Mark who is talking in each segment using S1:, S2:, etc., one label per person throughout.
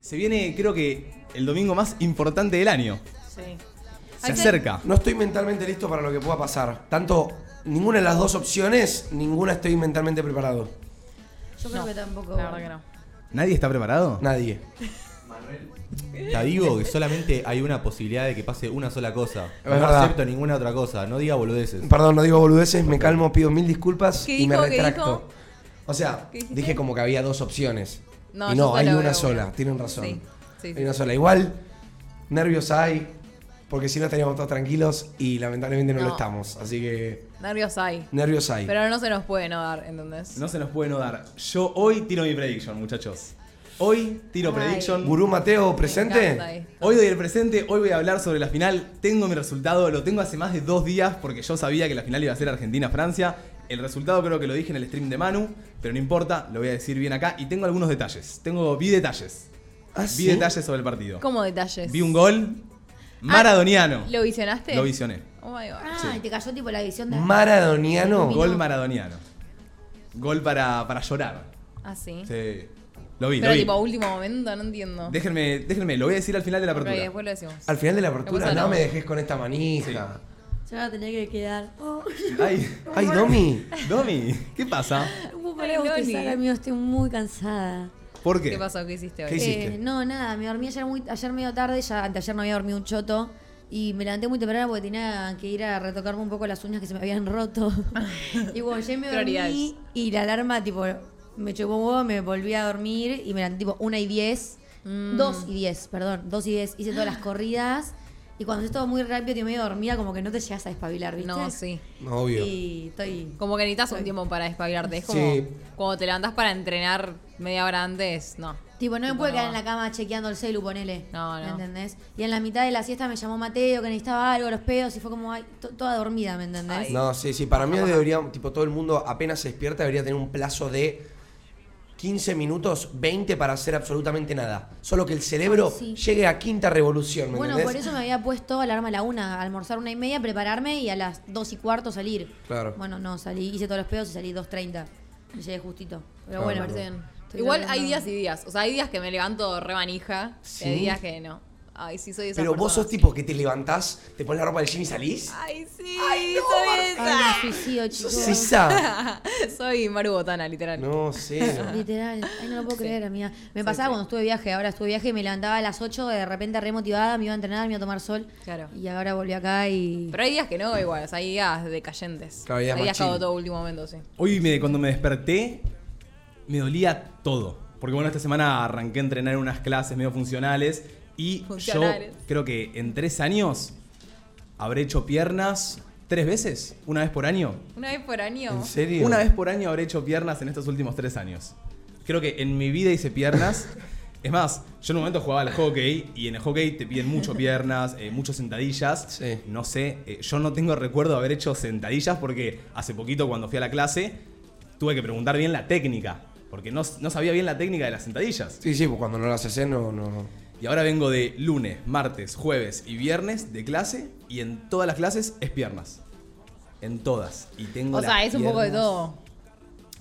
S1: Se viene, creo que, el domingo más importante del año.
S2: Sí.
S1: Se
S2: Hay que-
S1: acerca.
S3: No estoy mentalmente listo para lo que pueda pasar. Tanto ninguna de las dos opciones, ninguna estoy mentalmente preparado.
S4: Yo creo
S2: No,
S4: que tampoco.
S2: La verdad que no.
S1: ¿Nadie está preparado?
S3: Nadie.
S5: Te digo que solamente hay una posibilidad de que pase una sola cosa.
S3: Es
S5: No
S3: verdad.
S5: acepto ninguna otra cosa. No diga boludeces.
S3: Perdón, no digo boludeces, me calmo, pido mil disculpas
S4: ¿Qué
S3: y me
S4: dijo? ¿Qué
S3: retracto.
S4: dijo?
S3: O sea,
S4: ¿Qué dijiste?
S3: dije como que había dos opciones.
S2: No, yo
S3: y no, hay
S2: solo
S3: una
S2: veo
S3: sola,
S2: una.
S3: tienen razón.
S4: Sí, sí, sí.
S3: Hay una sola. Igual, nervios hay, porque si no estaríamos todos tranquilos y lamentablemente no, lo
S2: No.
S3: estamos. Así que,
S2: Nervios hay.
S3: nervios hay.
S2: Pero no se nos puede no dar, ¿entendés?
S1: No se nos puede no dar. Yo hoy tiro mi prediction, muchachos. Hoy tiro
S4: Ay.
S1: prediction.
S3: Gurú Mateo,
S2: Me
S3: presente.
S2: encanta esto.
S1: Hoy doy el presente, hoy voy a hablar sobre la final. Tengo mi resultado, lo tengo hace más de dos días porque yo sabía que la final iba a ser Argentina-Francia. El resultado creo que lo dije en el stream de Manu, pero no importa, lo voy a decir bien acá. Y tengo algunos detalles. Tengo, vi detalles.
S3: Ah,
S1: vi
S3: ¿sí?
S1: detalles sobre el partido.
S2: ¿Cómo detalles?
S1: Vi un gol maradoniano.
S2: ¿Lo visionaste?
S1: Lo visioné.
S2: Oh my god.
S4: Ah, y te cayó tipo la visión de.
S3: Maradoniano.
S4: Gol.
S1: Gol maradoniano. Gol para, para llorar.
S2: Ah, sí.
S1: Sí. Lo vi,
S2: Pero
S1: lo vi.
S2: tipo a último momento, no entiendo.
S1: Déjenme, déjenme, lo voy a decir al final de la
S2: Ok,
S1: apertura. Ah,
S2: después lo decimos.
S3: Al final de la
S2: ¿Qué
S3: apertura,
S2: pasa,
S3: no,
S2: no?
S3: me dejes con esta manija.
S4: Se va a tener que quedar. Oh,
S1: Ay,
S3: Ay, Domi.
S1: Domi, ¿é pasa?
S4: ¿Cómo
S2: Ay,
S4: podés bostezar,
S2: Loli.
S4: amigo? Estoy muy cansada.
S1: ¿Por qué?
S2: ¿Qué pasó? ¿Qué hiciste hoy?
S3: ¿Qué hiciste?
S4: Eh, no, nada, me dormí ayer, muy, ayer medio tarde, ya anteayer no había dormido un choto. Y me levanté muy temprano porque tenía que ir a retocarme un poco las uñas que se me habían roto. y bueno, ayer me
S2: Prioridades.
S4: dormí y la alarma, tipo, me chocó un huevo, me volví a dormir y me levanté tipo 1 y 10. 2 y 10, perdón, 2 y 10. Hice todas las corridas. Y cuando es todo muy rápido y medio dormida, como que no te llegas a despabilar, ¿viste?
S2: Eh, No, sí.
S3: No, obvio.
S4: Y estoy.
S2: Como que necesitas un tiempo para despabilarte. Es como
S3: Sí.
S2: cuando te levantas para entrenar media hora antes. No.
S4: Tipo, no me
S2: Tipo,
S4: puedo
S2: no.
S4: quedar en la cama chequeando el celu, ponele.
S2: No, no.
S4: ¿Me entendés? Y en la mitad de la siesta me llamó Mateo, que necesitaba algo, los pedos, y fue como ay, to- toda dormida, ¿me entendés?
S2: Ay.
S3: No, sí, sí, para mí debería, tipo, todo el mundo apenas se despierta debería tener un plazo de 15 minutos, 20 para hacer absolutamente nada. Solo que el cerebro
S4: Ay, sí.
S3: llegue a quinta revolución, ¿me
S4: bueno,
S3: entendés?
S4: por eso me había puesto alarma a la una, almorzar una y media, prepararme y a las dos y cuarto salir.
S3: Claro.
S4: Bueno, no, salí, hice todos los pedos y salí 2.30. Me llegué justito. Pero
S3: Claro.
S4: bueno,
S2: Me parece bien.
S4: Estoy
S2: Igual
S4: tratando-
S2: hay días y días. O sea, hay días que me levanto re manija.
S3: Sí.
S2: Y hay días que no. Ay, sí, soy de esas
S3: Pero vos sos
S2: personas.
S3: tipo que te levantás, te pones la ropa del gym y salís.
S2: Ay, sí. soy
S4: Ay, me suicido, chicos.
S3: ¿Sos esa?
S2: esa. soy Maru Botana, literal.
S3: No sé.
S4: Literal, ay, no lo puedo creer, amiga. Me pasaba cuando estuve de viaje, ahora estuve de viaje y me levantaba a las 8 de repente remotivada, me iba a entrenar, me iba a tomar sol.
S2: Claro.
S4: Y ahora volví acá y.
S2: Pero hay días que no, igual. O sea, hay días decayentes.
S3: Claro, hay días
S2: hay
S3: más
S2: días que hago
S3: chill.
S2: todo último momento, sí.
S1: Hoy me- cuando me desperté, me dolía todo. Porque bueno, esta semana arranqué a entrenar en unas clases medio funcionales. Y
S2: Funcionales.
S1: yo creo que en tres años habré hecho piernas tres veces, una vez por año.
S2: Una vez por año.
S3: ¿En serio?
S1: Una vez por año habré hecho piernas en estos últimos tres años. Creo que en mi vida hice piernas. Es más, yo en un momento jugaba al hockey y en el hockey te piden mucho piernas, eh, mucho sentadillas.
S3: Sí.
S1: No sé, eh, yo no tengo recuerdo de haber hecho sentadillas porque hace poquito cuando fui a la clase tuve que preguntar bien la técnica, porque no, no sabía bien la técnica de las sentadillas.
S3: Sí, sí, pues cuando no lo haces, no, no.
S1: Y ahora vengo de lunes, martes, jueves y viernes de clase y en todas las clases es piernas. En todas. Y tengo
S2: O sea,
S1: las
S2: es un poco de
S1: piernas-
S2: todo.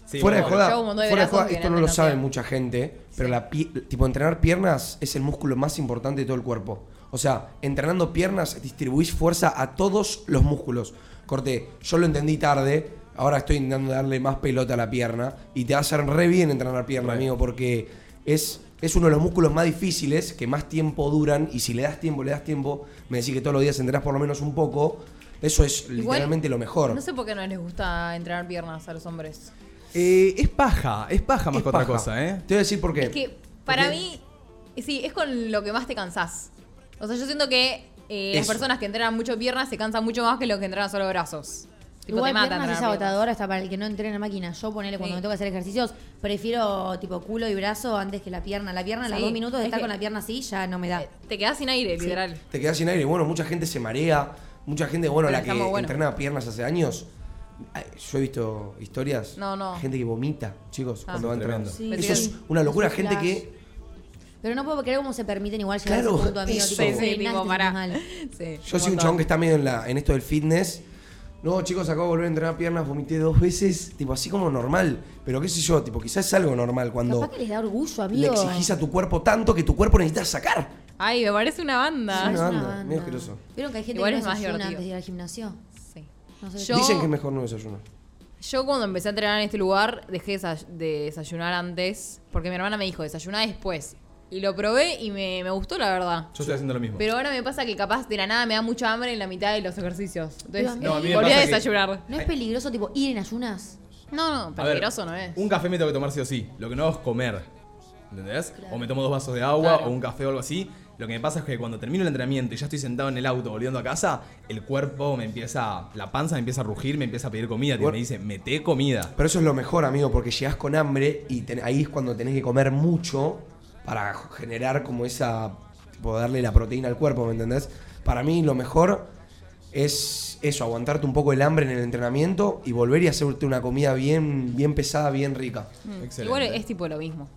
S1: Sí,
S3: fuera de
S1: bueno,
S3: joda,
S2: yo un montón de
S3: fuera de
S2: brazos
S3: joda,
S2: que
S3: esto
S2: no
S3: no lo
S2: tengo
S3: sabe
S2: pierna.
S3: mucha gente, pero la pi- tipo entrenar piernas es el músculo más importante de todo el cuerpo. O sea, entrenando piernas distribuís fuerza a todos los músculos. Corte, yo lo entendí tarde, ahora estoy intentando darle más pelota a la pierna y te va a hacer re bien entrenar pierna, amigo, porque es, es uno de los músculos más difíciles, que más tiempo duran y si le das tiempo, le das tiempo, me decís que todos los días entrenás por lo menos un poco, eso es
S2: Igual,
S3: literalmente lo mejor.
S2: No sé por qué no les gusta entrenar piernas a los hombres.
S1: Eh, es paja, es paja más
S3: Es
S1: que otra
S3: paja.
S1: cosa, ¿eh?
S3: Te voy a decir por qué.
S2: Es que para
S3: Porque-
S2: mí, sí, es con lo que más te cansás. O sea, yo siento que eh, las
S3: Eso.
S2: personas que entrenan mucho piernas se cansan mucho más que los que entrenan solo brazos. Tipo,
S4: Igual
S2: te matan
S4: piernas es
S2: entrenar piernas.
S4: agotador hasta para el que no entrena máquina. Yo ponele cuando
S2: Sí.
S4: me toca hacer ejercicios, prefiero tipo culo y brazo antes que la pierna. La pierna, a los
S2: Sí,
S4: dos minutos
S2: es
S4: de estar
S2: que- Eh,
S4: con la pierna así, ya no me da.
S2: Te quedás sin aire, literal.
S3: te quedas sin aire. Bueno, mucha gente se marea, mucha gente, bueno,
S2: Pero
S3: la
S2: está
S3: que
S2: muy bueno.
S3: entrena piernas hace años. ay, Yo he visto historias.
S2: No, no.
S3: Gente que vomita, chicos,
S2: Ah.
S3: cuando va
S1: Tremendo.
S3: entrenando.
S4: Sí.
S3: Eso es una locura. Gente que.
S4: Pero no puedo creer cómo se permiten igual llegar a
S3: Claro,
S4: ese punto, amigo.
S3: eso.
S4: Tipo,
S2: Sí, sí,
S4: te
S2: tipo,
S4: llenaste,
S2: pará.
S4: mal.
S2: Sí,
S3: Yo soy un
S2: montón.
S3: chabón que está medio en, la, en esto del fitness. No, chicos, acabo de volver a entrenar piernas, vomité dos veces, tipo así como normal. Pero qué sé yo, tipo, quizás es algo normal cuando
S4: Capaz que les da orgullo,
S3: le
S4: amigo.
S3: exigís a tu cuerpo tanto que tu cuerpo necesitas sacar.
S6: Ay, me parece una
S4: Ah,
S6: banda.
S4: es
S3: una
S4: una
S3: banda,
S4: banda.
S3: medio asqueroso.
S4: Vieron que hay gente
S6: Igual
S4: que
S6: es
S4: no
S6: más
S4: desayuna
S6: divertido.
S4: antes de ir al gimnasio.
S6: Sí.
S4: No sé
S6: Yo-
S3: Dicen que es mejor no desayunar.
S6: Yo cuando empecé a entrenar en este lugar dejé desa- de desayunar antes, porque mi hermana me dijo desayuná después. Y lo probé y me, me gustó la verdad.
S1: Yo estoy haciendo lo mismo.
S6: Pero ahora me pasa que capaz de la nada me da mucha hambre en la mitad de los ejercicios.
S4: Pero a
S6: Entonces eh,
S4: mí- No, a
S1: mí me
S6: volví a
S1: pasa que-
S6: desayunar.
S4: ¿No es peligroso tipo ir en ayunas?
S6: No, no,
S1: A ver,
S6: peligroso no es.
S1: Un café me tengo que tomar sí o sí. Lo que no hago es comer. ¿Entendés? O me tomo dos vasos de agua
S6: Claro.
S1: o un café o algo así. Lo que me pasa es que cuando termino el entrenamiento y ya estoy sentado en el auto volviendo a casa, el cuerpo me empieza, la panza me empieza a rugir, me empieza a pedir comida. Tipo,
S3: Bueno.
S1: me dice, mete comida.
S3: Pero eso es lo mejor, amigo, porque llegás con hambre y ten- ahí es cuando tenés que comer mucho para generar como esa. tipo, darle la proteína al cuerpo, ¿me entendés? Para mí lo mejor es eso, aguantarte un poco el hambre en el entrenamiento y volver y hacerte una comida bien, bien pesada, bien rica.
S1: Excelente.
S6: Mm. Igual es tipo lo mismo.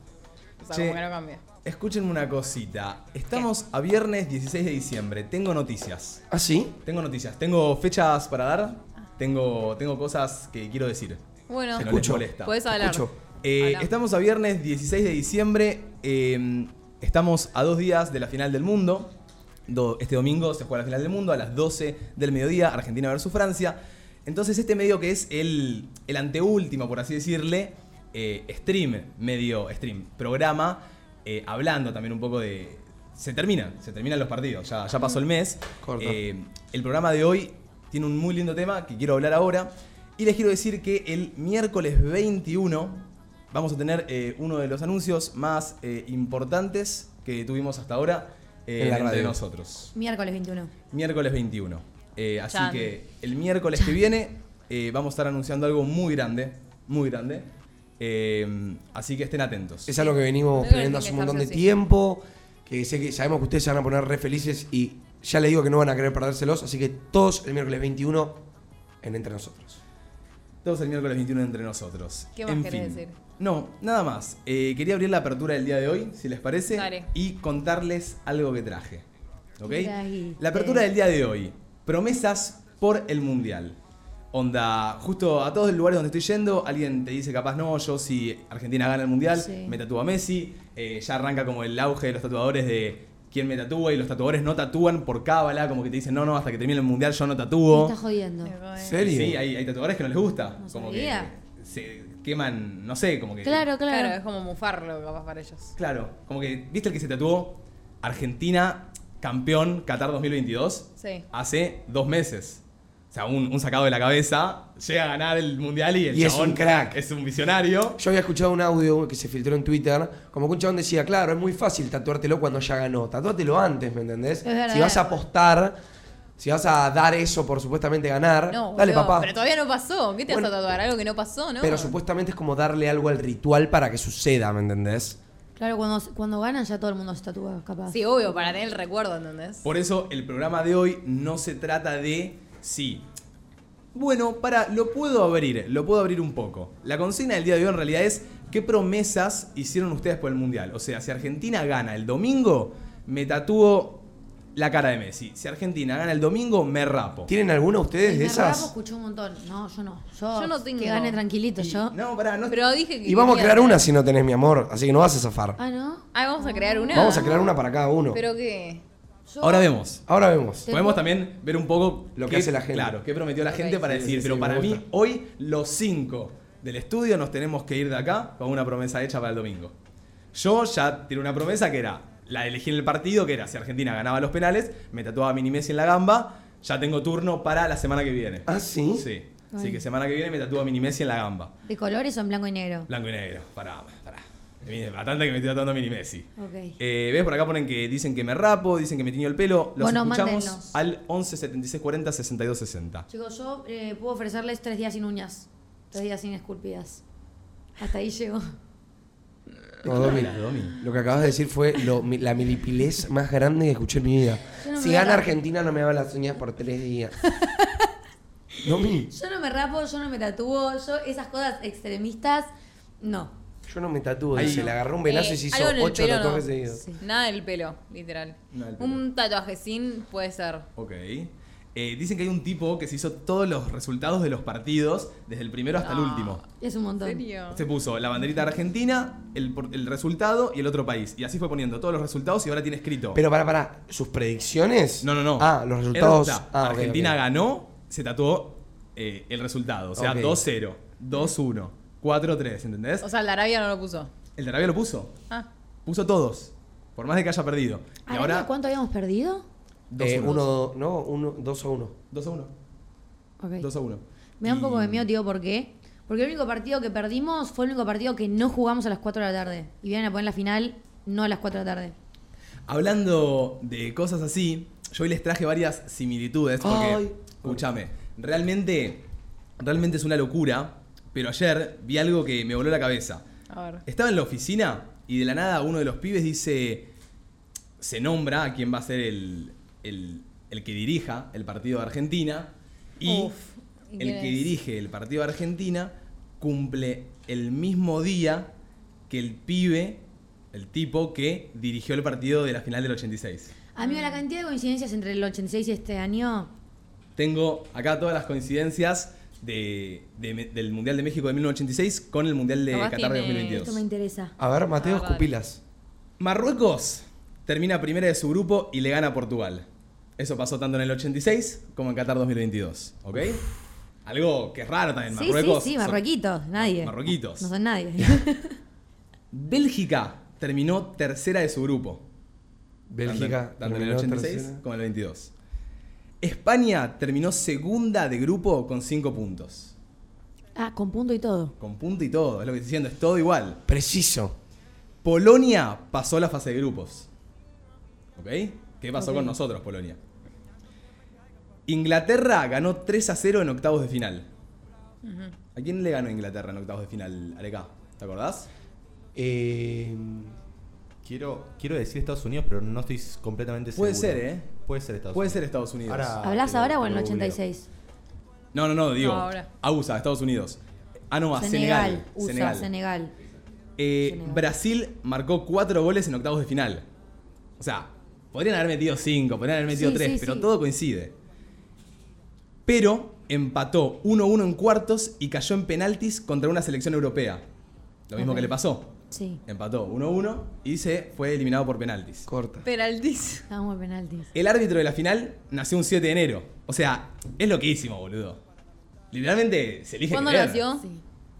S6: O sea,
S1: Che.
S6: como que no cambia.
S1: Escúchenme una cosita. Estamos a viernes 16 de diciembre. Tengo noticias.
S3: ¿Ah, sí?
S1: Tengo noticias. Tengo fechas para dar.
S6: Ah.
S1: Tengo, tengo cosas que quiero decir.
S6: Bueno,
S1: Que no les
S3: Escucho.
S1: molesta.
S6: podés hablar.
S3: Escucho.
S1: Eh,
S6: Hola.
S1: estamos a viernes 16 de diciembre. eh, estamos a dos días de la final del mundo. Do- este domingo se juega la final del mundo a las 12 del mediodía, Argentina versus Francia. Entonces, este medio que es el, el anteúltimo, por así decirle, eh, stream, medio stream, programa, eh, hablando también un poco de. Se termina, se terminan los partidos, ya, ya pasó el mes.
S3: Corto.
S1: Eh, el programa de hoy tiene un muy lindo tema que quiero hablar ahora. Y les quiero decir que el miércoles 21 vamos a tener eh, uno de los anuncios más eh, importantes que tuvimos hasta ahora eh,
S3: En la
S1: entre
S3: radio.
S1: nosotros.
S4: Miércoles 21.
S1: Miércoles 21. Eh, así
S6: Chan.
S1: que el miércoles que viene eh, vamos a estar anunciando algo muy grande, muy grande. Eh, así que estén atentos.
S3: Es algo que venimos
S6: Creo que tiene
S3: planeando hace un
S6: que
S3: montón de
S6: estarse así.
S3: tiempo, que, sé que sabemos que ustedes se van a poner re felices y ya le digo que no van a querer perdérselos, así que todos el miércoles 21 en Entre Nosotros.
S1: Todos el miércoles 21 entre nosotros.
S6: ¿Qué más
S1: En
S6: querés
S1: fin.
S6: decir?
S1: No, nada más. Eh, quería abrir la apertura del día de hoy, si les parece,
S6: Dale.
S1: y contarles algo que traje. ¿Ok?
S4: Traíste.
S1: La apertura del día de hoy. Promesas por el Mundial. Onda, justo a todos los lugares donde estoy yendo, alguien te dice capaz no, yo si Argentina gana el Mundial,
S4: Sí.
S1: me tatúa Messi. Eh, ya arranca como el auge de los tatuadores de quién me tatúa y los tatuadores no tatúan por cábala, como que te dicen no, no, hasta que termine el Mundial yo no
S4: Me
S1: tatúo.
S4: estás jodiendo.
S3: ¿Serio?
S1: Sí, hay, hay tatuadores que no les gusta.
S4: No
S1: como
S4: sabía.
S1: que se queman, no sé, como que.
S4: Claro,
S6: Claro, es
S4: claro.
S6: como mufarlo capaz para ellos.
S1: Claro, como que, ¿viste el que se tatuó? Argentina, campeón Qatar 2022.
S6: Sí.
S1: Hace dos meses. O sea, un, un sacado de la cabeza, llega a ganar el mundial y el
S3: Y es
S1: chabón
S3: un crack.
S1: Es un visionario.
S3: Yo había escuchado un audio que se filtró en Twitter, como que un chabón decía, claro, es muy fácil tatuártelo cuando ya ganó, tatuátelo antes, ¿me entendés?
S4: verdad.
S3: Si vas a apostar, si vas a dar eso por supuestamente ganar,
S6: No,
S3: dale
S6: boludo,
S3: papá.
S6: pero todavía no pasó. ¿Qué te
S3: Bueno,
S6: vas a tatuar? Algo que no pasó, ¿no?
S3: Pero supuestamente es como darle algo al ritual para que suceda, ¿me entendés?
S4: Claro, cuando, cuando ganan ya todo el mundo se tatúa, capaz.
S6: Sí, obvio, para tener el recuerdo, ¿entendés?
S1: Por eso el programa de hoy no se trata de sí. Bueno, para, lo puedo abrir, lo puedo abrir un poco. La consigna del día de hoy en realidad es qué promesas hicieron ustedes por el Mundial. O sea, si Argentina gana el domingo, me tatúo la cara de Messi. Si Argentina gana el domingo, me rapo.
S3: ¿Tienen alguna ustedes de
S4: Me rapo,
S3: esas?
S4: escuché un montón. No, yo no. Yo,
S6: Yo no tengo.
S4: Que gane tranquilito,
S1: Y-
S4: yo.
S1: No, pará, no.
S6: Pero dije que.
S3: Y vamos a
S6: quería
S3: crear una
S6: hacer-
S3: si no tenés mi amor, así que no vas a zafar.
S4: Ah, ¿no?
S6: Ah, vamos a crear una.
S3: Vamos a crear una para cada uno.
S6: ¿Pero qué?
S4: Yo-
S1: Ahora vemos.
S3: Ahora vemos.
S4: Te-
S1: Podemos también ver un poco
S3: Lo que hace la gente.
S1: Claro, qué prometió la
S6: Ok.
S1: gente para
S3: Sí,
S1: decir.
S3: sí, sí,
S1: pero
S3: me
S1: para mí,
S3: gusta.
S1: hoy, los cinco del estudio nos tenemos que ir de acá con una promesa hecha para el domingo. Yo ya tiré una promesa que era, la elegí en el partido, que era si Argentina ganaba los penales, me tatuaba a Mini Messi en la gamba, ya tengo turno para la semana que viene.
S3: ¿Ah, sí?
S1: Sí. Así que semana que viene me tatúa a Mini Messi en la gamba.
S4: ¿De colores o en blanco y negro?
S1: Blanco y negro. Pará, pará. Mire, Bastante que me estoy tatuando a Mini Messi.
S4: Ok.
S1: Eh, ¿Ves? Por acá ponen que dicen que me rapo, dicen que me tiño el pelo. Los
S4: Bueno,
S1: escuchamos
S4: mándenlos.
S1: al 11 76 40 62 60.
S4: Chicos, yo eh, puedo ofrecerles tres días sin uñas. Tres días sin esculpidas. Hasta ahí llegó.
S3: No, Domi, Lo que acabas de decir fue lo- mi- la milipilez más grande que escuché en mi vida.
S4: Yo no me
S3: si
S4: voy a
S3: gana
S4: dar-
S3: Argentina no me haga las uñas por tres días. Domi,
S4: Yo no me rapo, yo no me tatúo, yo esas cosas extremistas, no.
S3: yo no me tatúo.
S1: Ahí.
S3: Dice, le agarró un venazo y se
S6: Eh,
S3: hizo
S6: algo en el
S3: ocho
S6: pelo,
S3: tatuajes
S6: no.
S3: seguidos.
S4: Sí.
S6: Nada del pelo, literal.
S1: Nada del pelo.
S6: Un tatuaje sin puede ser.
S1: Ok. Eh, dicen que hay un tipo que se hizo todos los resultados de los partidos, desde el primero
S4: Ah.
S1: hasta el
S6: No.
S1: último.
S4: Es un montón.
S6: serio?
S1: Se puso la banderita de Argentina, el, por- el resultado y el otro país. Y así fue poniendo todos los resultados y ahora tiene escrito.
S3: Pero para, para, ¿sus predicciones?
S1: no, no, no.
S3: Ah, los resultados.
S1: Era-
S3: Ah, ok,
S1: Argentina
S3: ok.
S1: ganó, se tatuó eh, el resultado. O sea,
S3: Ok.
S1: 2-0, 2-1, 4-3, ¿entendés?
S6: O sea, el de Arabia no lo puso.
S1: El de Arabia lo puso.
S6: Ah.
S1: Puso todos. Por más de que haya perdido. Y
S4: Arabia,
S1: ahora.
S4: ¿Cuánto habíamos perdido?
S3: Eh,
S1: 2-1.
S3: uno, no, uno, dos a uno.
S1: 2-1.
S4: Ok.
S1: 2-1.
S4: Me da un poco de
S1: Y-
S4: miedo, tío, ¿por qué? Porque el único partido que perdimos fue el único partido que no jugamos a las 4 de la tarde. Y vienen a poner la final no a las 4 de la tarde.
S1: Hablando de cosas así, yo hoy les traje varias similitudes porque, escúchame, realmente, realmente es una locura, pero ayer vi algo que me voló la cabeza.
S6: A ver.
S1: Estaba en la oficina y de la nada uno de los pibes dice, se nombra a quién va a ser el, el- el que dirija el partido de Argentina y
S6: Uf, ¿y
S1: el
S6: quién
S1: que
S6: es?
S1: dirige el partido de Argentina cumple el mismo día que el pibe, el tipo que dirigió el partido de la final del 86.
S4: Amigo, la cantidad de coincidencias entre el 86 y este año.
S1: Tengo acá todas las coincidencias de- de me- del Mundial de México de 1986 con el Mundial de
S6: Capaz
S1: Qatar
S6: tiene-
S1: de 2022.
S4: Esto me interesa.
S3: A ver, Mateo
S6: Ah, vale.
S3: Escupilas.
S1: Marruecos termina primera de su grupo y le gana a Portugal. Eso pasó tanto en el 86 como en Qatar 2022, ¿ok? Algo que es raro también,
S4: Sí,
S1: Marruecos.
S4: sí, sí,
S1: son-
S4: marroquitos, nadie.
S1: Marroquitos.
S4: No son nadie.
S1: Bélgica terminó tercera de su grupo.
S3: Bélgica.
S1: Tanto, tanto en el
S3: terminó
S1: 86
S3: tercera.
S1: como en el 22. España terminó segunda de grupo con 5 puntos.
S4: ah, con punto y todo.
S1: Con punto y todo, es lo que estoy diciendo, es todo igual.
S3: Preciso.
S1: Polonia pasó la fase de grupos. ¿Ok? ¿Qué pasó
S4: Ok.
S1: con nosotros, Polonia? Inglaterra ganó 3 a 0 en octavos de final. ¿A quién le ganó Inglaterra en octavos de final, Areca? ¿Te acordás?
S3: Eh,
S1: Em,
S7: Quiero, quiero decir Estados Unidos, pero no estoy completamente
S1: Puede
S7: seguro.
S1: ser, ¿eh?
S7: Puede ser Estados
S1: Puede ser
S7: Unidos.
S1: Estados Unidos.
S7: Ahora- Ah,
S4: ¿Hablas
S7: te lo-
S4: ahora o en
S7: te
S4: el
S7: lo googleo.
S4: 86?
S1: No, no, no, digo.
S6: No, ahora.
S1: A USA, Estados Unidos. Ah, no, a Senegal.
S4: Senegal, USA, Senegal. Senegal.
S1: Eh,
S4: Senegal.
S1: Brasil marcó 4 goles en octavos de final. O sea, podrían haber metido 5, podrían haber metido
S4: Sí,
S1: 3,
S4: sí,
S1: pero
S4: sí.
S1: todo coincide. Pero empató 1-1 en cuartos y cayó en penaltis contra una selección europea. Lo mismo
S4: Ok.
S1: que le pasó.
S4: Sí,
S1: Empató 1-1 y se fue eliminado por penaltis.
S3: corta.
S6: Peraltis.
S4: estábamos en penaltis.
S1: El árbitro de la final nació un 7 de enero. O sea, es loquísimo, boludo. Literalmente se elige.
S6: ¿Cuándo
S1: creer.
S6: nació?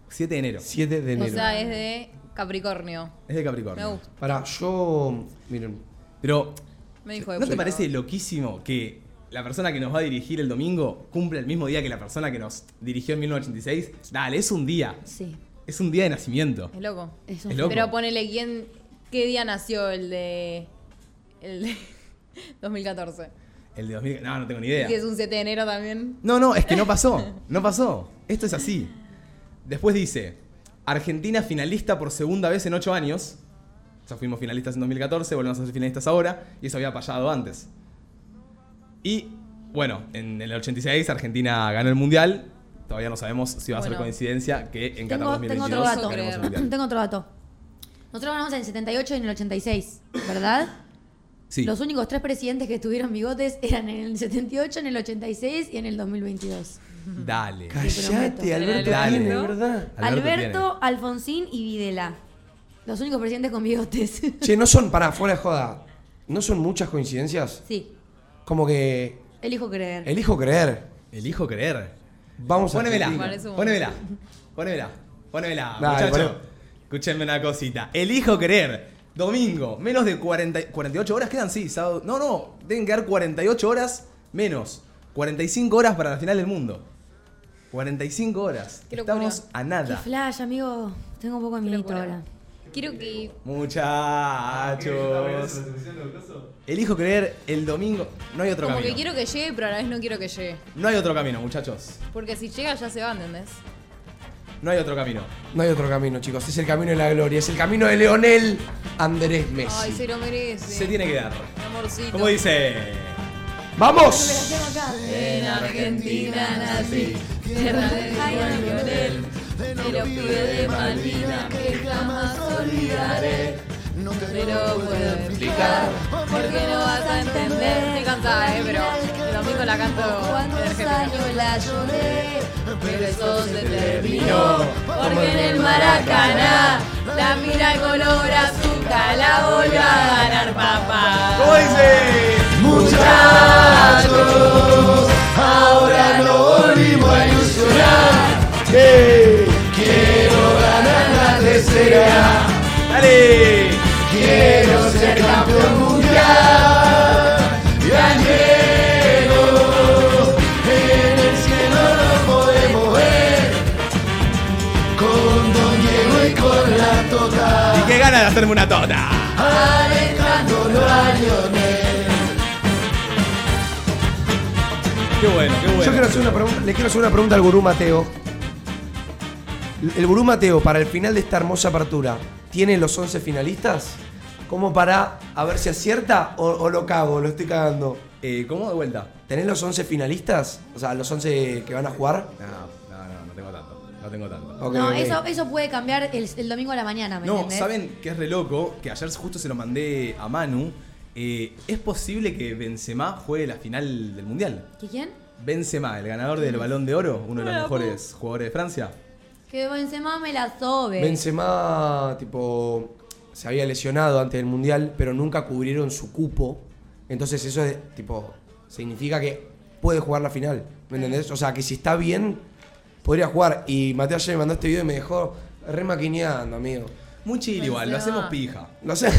S1: 7 de enero.
S3: 7 de
S6: O
S3: enero.
S6: sea, es de Capricornio.
S1: Es de Capricornio.
S6: Me gusta.
S3: Pará, yo. Miren.
S1: Pero
S6: Me dijo de
S1: ¿No te
S6: puta.
S1: parece loquísimo que la persona que nos va a dirigir el domingo cumple el mismo día que la persona que nos dirigió en 1986? Dale, es un día.
S4: Sí.
S1: Es un día de nacimiento.
S6: Es loco.
S4: Es un
S1: Es loco.
S6: Pero ponele quién. ¿Qué día nació el de. El de. 2014?
S1: El de 2000. No, no tengo ni
S6: Y
S1: idea.
S6: Si es un 7 de enero también.
S1: No, no, es que no pasó. No pasó. Esto es así. Después dice: Argentina finalista por segunda vez en ocho años. Ya fuimos finalistas en 2014, volvemos a ser finalistas ahora. Y eso había pasado antes. Y bueno, en el 86 Argentina ganó el mundial. Todavía no sabemos si va a ser
S6: Bueno.
S1: coincidencia que en Qatar
S4: Tengo, tengo
S1: 2022
S4: otro dato.
S1: ganemos el mundial.
S4: tengo otro dato. Nosotros ganamos en el 78 y en el 86, ¿verdad?
S1: Sí.
S4: Los únicos tres presidentes que tuvieron bigotes eran en el 78, en el 86 y en el 2022.
S1: Dale.
S3: Callate,
S4: prometo.
S3: Alberto
S1: Dale.
S3: tiene, ¿verdad?
S1: Alberto
S4: Alberto,
S1: tiene.
S4: Alfonsín y Videla. Los únicos presidentes con bigotes.
S3: Che, no son, pará, fuera de joda. No son muchas coincidencias.
S4: sí,
S3: Como que.
S4: elijo creer.
S3: Elijo creer.
S1: Elijo creer.
S3: Vamos a.
S1: Pónemela.
S3: Argentina.
S6: Parece un-
S1: Pónemela. Pónemela. Pónemela.
S3: Dale,
S1: Muchacho.
S3: poné-
S1: Escúchenme una cosita. Elijo creer. Domingo, menos de 40, 48 horas quedan, sí, sábado. No, no, deben quedar 48 horas menos. 45 horas para la final del mundo. 45 horas.
S6: Qué locura.
S1: Estamos a
S4: Qué
S1: nada.
S4: flash, amigo. Tengo un poco de
S6: Qué
S4: miedo
S6: locura.
S4: ahora.
S6: Quiero que.
S1: Muchachos. Elijo creer el domingo. No hay otro
S6: Como
S1: camino.
S6: que quiero que llegue, pero a la vez no quiero que llegue.
S1: No hay otro camino, muchachos.
S6: Porque si llega ya se va, ¿entendés?
S1: No hay otro camino.
S3: No hay otro camino, chicos. Es el camino de la gloria. Es el camino de Leonel Andrés Messi.
S6: Ay, se lo merece.
S1: Se tiene que dar.
S6: Mi amorcito.
S1: Como dice.
S3: ¡Vamos!
S6: En Argentina nací, tierra del buen Lionel, de los pibes de Malvinas que jamás olvidaré. No te lo puedo explicar, porque no vas a entender. Te canta, eh, pero el domingo la la canto.
S4: ¿Cuántos años la lloré?
S6: Pero eso se terminó, porque en el Maracaná la mira color azúcar, la volvió a ganar papá.
S1: ¿Cómo dice?
S6: Muchachos, ahora no volvimos a ilusionar. Quiero ganar la tercera,
S1: ¡Dale!
S6: quiero ser campeón mundial. Y anhelo, en el cielo no podemos ver. Con Don Diego y con la total.
S1: ¡Y qué ganas de hacerme una tota!
S6: Alejandro a Lionel.
S1: ¡Qué bueno, qué bueno!
S3: Yo quiero hacer una pregunta- le quiero hacer una pregunta al gurú Mateo. El gurú Mateo, para el final de esta hermosa apertura, ¿tiene los 11 finalistas? Como para a ver si acierta o, o lo cago, lo estoy cagando.
S1: Eh, ¿Cómo? De vuelta.
S3: ¿Tenés los 11 finalistas? O sea, los 11 que van a jugar.
S1: No, no, no, no tengo tanto. No tengo tanto.
S3: Ok,
S4: no,
S3: ok.
S4: Eso, eso puede cambiar el, el domingo a la mañana, ¿me
S1: No,
S4: entendés?
S1: ¿saben qué es re loco? Que ayer justo se lo mandé a Manu. Eh, ¿Es posible que Benzema juegue la final del Mundial?
S4: ¿Que quién?
S1: Benzema, el ganador del Balón de Oro, uno de los mejores jugadores de Francia.
S4: Que Benzema me la sobe.
S3: Benzema, tipo, se había lesionado antes del Mundial, pero nunca cubrieron su cupo. Entonces eso es, tipo, significa que puede jugar la final. ¿Me entendés? O sea, que si está bien, podría jugar. Y Mateo ayer me mandó este video y me dejó remaquineando, amigo.
S1: Muy chill igual, lo
S6: Benzema.
S1: hacemos pija.
S3: No sé.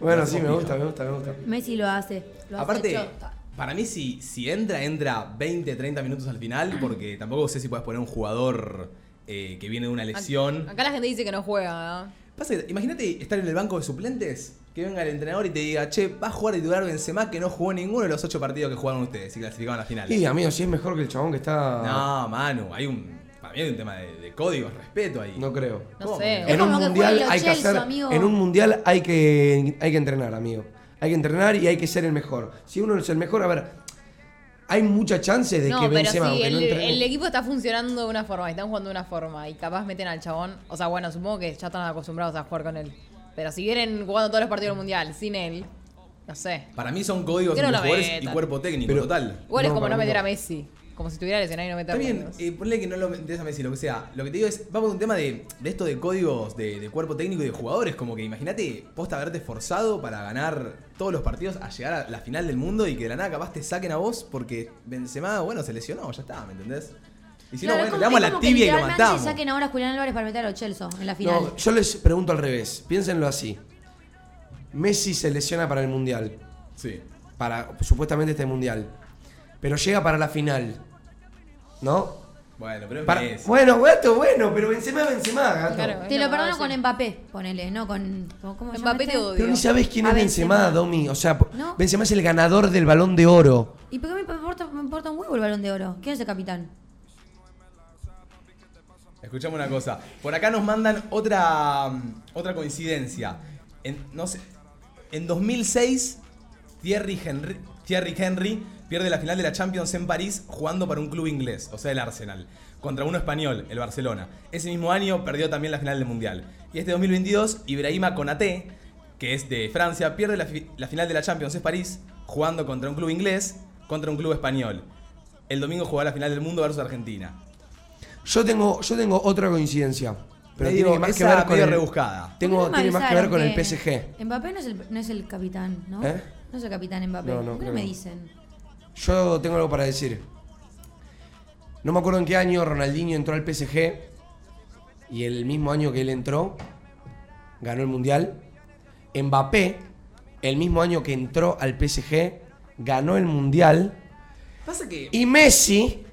S3: bueno, sí, me gusta, me gusta, me gusta.
S4: Messi lo hace. Lo
S1: Aparte,
S4: hace chota.
S1: para mí si, si entra, entra 20, 30 minutos al final, porque tampoco sé si puedes poner un jugador eh, que viene de una lesión.
S6: Acá la gente dice que no juega,
S1: Pasa que, imagínate estar en el banco de suplentes, que venga el entrenador y te diga, che, va a jugar titular Benzema que no jugó ninguno de los ocho partidos que jugaron ustedes y clasificaban a la final.
S3: Y, amigo, si es mejor que el chabón que está...
S1: No, Manu, hay un, para mí hay un tema de, de códigos, respeto ahí.
S3: No creo.
S6: No
S1: ¿Cómo?
S6: sé.
S4: Es
S3: en un
S4: como que
S3: mundial
S4: jueguen los
S3: hay que
S4: Chelsea,
S3: hacer
S4: amigo.
S3: en un mundial hay que hay que entrenar amigo hay que entrenar y hay que ser el mejor si uno es el mejor a ver hay mucha chance de
S6: no,
S3: que
S6: pero
S3: Benzema
S6: sí,
S3: aunque
S6: el,
S3: no entrene-
S6: el equipo está funcionando de una forma, están jugando de una forma y capaz meten al chabón. O sea, bueno, supongo que ya están acostumbrados a jugar con él. Pero si vienen jugando todos los partidos del mundial sin él, no sé.
S1: Para mí son códigos
S6: Que
S1: entre
S6: no la
S1: jugadores y
S6: metan.
S1: cuerpo técnico,
S3: Pero-
S1: total.
S6: Igual es
S3: No,
S6: como
S3: para
S6: no
S3: mí
S6: meter
S3: no.
S6: a Messi. Como si estuviera lesionado y no meter
S1: Está bien, eh, ponle que no lo metes a Messi, lo que sea. Lo que te digo es, va por un tema de, de esto de códigos de, de cuerpo técnico y de jugadores. Como que imagínate, posta haberte esforzado para ganar todos los partidos a llegar a la final del mundo y que de la nada capaz te saquen a vos porque Benzema, bueno, se lesionó, ya está, ¿me entendés? Y si
S4: Claro,
S1: no,
S4: es
S1: bueno,
S4: como-
S1: le damos
S4: es
S1: la
S4: como que
S1: tibia y lo
S4: literalmente
S1: matamos.
S4: saquen ahora a Julián Álvarez para meter a los Chelsea en la final.
S3: no, yo les pregunto al revés piénsenlo así Messi se lesiona para el mundial
S1: Sí.
S3: para supuestamente este mundial pero llega para la final no
S1: Bueno, pero es
S3: Para-
S1: Messi.
S3: bueno gato bueno pero Benzema es Benzema gato
S6: Claro.
S4: Te
S6: No,
S4: lo perdono
S6: sí.
S4: con Mbappé, ponele, no con. ¿Cómo cómo se llama
S6: Mbappé
S4: este?
S6: te odio.
S3: pero ni sabes quién
S4: A
S3: es
S4: Benzema.
S3: Benzema, Domi o sea po-
S4: No.
S3: Benzema es el ganador del Balón de Oro
S4: ¿Y por qué me importa, me importa un huevo el balón de oro? ¿Quién es el capitán?
S1: Escuchame una cosa. Por acá nos mandan otra, mm, otra coincidencia. En, no sé, en 2006, Thierry Henry, Thierry Henry pierde la final de la Champions en París jugando para un club inglés, o sea, el Arsenal, contra uno español, el Barcelona. Ese mismo año perdió también la final del Mundial. Y este 2022, Ibrahima Konaté, que es de Francia, pierde la, fi- la final de la Champions en París jugando contra un club inglés, contra un club español. El domingo jugará la final del mundo versus Argentina.
S3: Yo tengo, yo tengo otra coincidencia. Pero
S1: Le
S3: tiene
S1: digo,
S3: más que
S1: esa
S3: ver con
S1: medio
S3: el,
S1: rebuscada.
S3: Tengo,
S4: ¿Por qué no me
S3: tiene más que ver con el
S4: avisaron
S3: PSG.
S4: que Mbappé no es el, no es el capitán, ¿no?
S3: ¿Eh?
S4: No es el capitán Mbappé.
S3: No, no,
S4: ¿Por qué no
S3: creo
S4: me
S3: no.
S4: dicen?
S3: Yo tengo algo para decir. No me acuerdo en qué año Ronaldinho entró al PSG. Y el mismo año que él entró, ganó el Mundial. Mbappé, el mismo año que entró al PSG, ganó el Mundial.
S1: Pasa que
S3: Y Messi,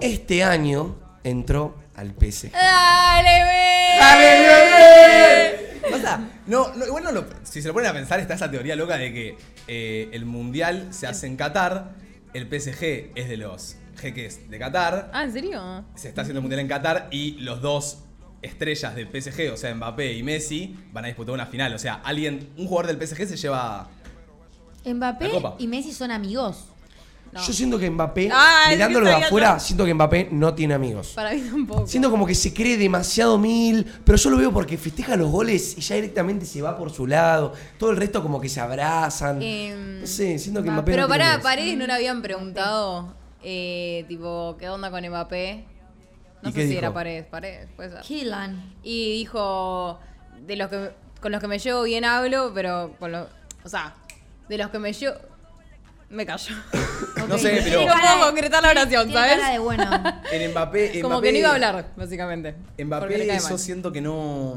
S3: este año, entró al PSG.
S6: ¡Dale, ve!
S1: Pasa, no, no, igual no lo- si se lo ponen a pensar, está esa teoría loca de que eh, el mundial se hace en Qatar, el PSG es de los jeques de Qatar,
S6: Ah, ¿en serio?
S1: se está haciendo el mundial en Qatar y los dos estrellas del PSG, o sea, Mbappé y Messi, van a disputar una final. O sea, alguien, un jugador del PSG se lleva.
S4: Mbappé
S1: La Copa.
S4: y Messi son amigos.
S6: No.
S3: Yo siento que Mbappé,
S6: Ah, es que
S3: mirándolo de
S6: sabía
S3: afuera,
S6: todo.
S3: siento que Mbappé no tiene amigos.
S6: Para mí tampoco.
S3: Siento como que se cree demasiado mil, pero yo lo veo porque festeja los goles y ya directamente se va por su lado. Todo el resto como que se abrazan.
S2: Em,
S3: no sé, siento que
S2: va,
S3: Mbappé
S2: Pero
S3: no tiene
S2: para
S3: amigos.
S2: Paredes no le habían preguntado, eh, tipo, ¿qué onda con Mbappé? No
S7: ¿Y
S2: sé
S7: qué
S2: si
S7: dijo?
S2: era Paredes, Paredes, puede ser.
S4: Killan.
S2: Y dijo, de los que con los que me llevo bien hablo, pero con los, o sea, de los que me llevo me callo.
S1: No sé, pero-
S2: no puedo concretar la oración,
S4: Tiene
S2: ¿sabes?
S4: cara de bueno. Ah,
S1: En Mbappé,
S2: Como
S1: Mbappé-
S2: que no iba a hablar, básicamente. porque le
S1: Mbappé,
S2: cae
S1: yo
S2: mal.
S1: siento que no,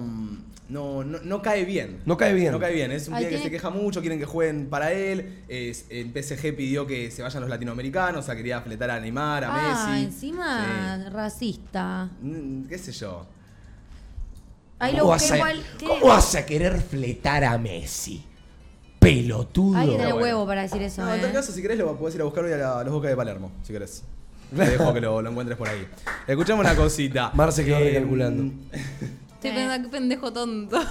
S1: no, no, no cae bien.
S3: No cae bien.
S1: No cae bien, es un
S4: Ay,
S1: día que
S4: tiene-
S1: se queja mucho, quieren que jueguen para él. Es, en PSG pidió que se vayan los latinoamericanos, o sea, quería fletar a Neymar, a
S4: Ah,
S1: Messi.
S4: encima
S1: Sí.
S4: racista.
S1: Mm, ¿Qué sé yo?
S4: Ahí lo
S3: ¿Cómo
S4: busqué
S3: vas, a,
S4: igual. ¿qué?
S3: cómo vas a querer fletar a Messi? Pelotudo.
S4: Hay que tener
S1: bueno.
S4: huevo para decir eso.
S1: No, en
S4: eh.
S1: todo caso, si querés, lo podés ir a buscar hoy a, la- a los Boca de Palermo, si querés. Te dejo que lo, lo encuentres por ahí. Escuchamos una cosita.
S3: Mar se quedó
S1: Eh,
S3: recalculando.
S2: Estoy pensando, qué pendejo tonto.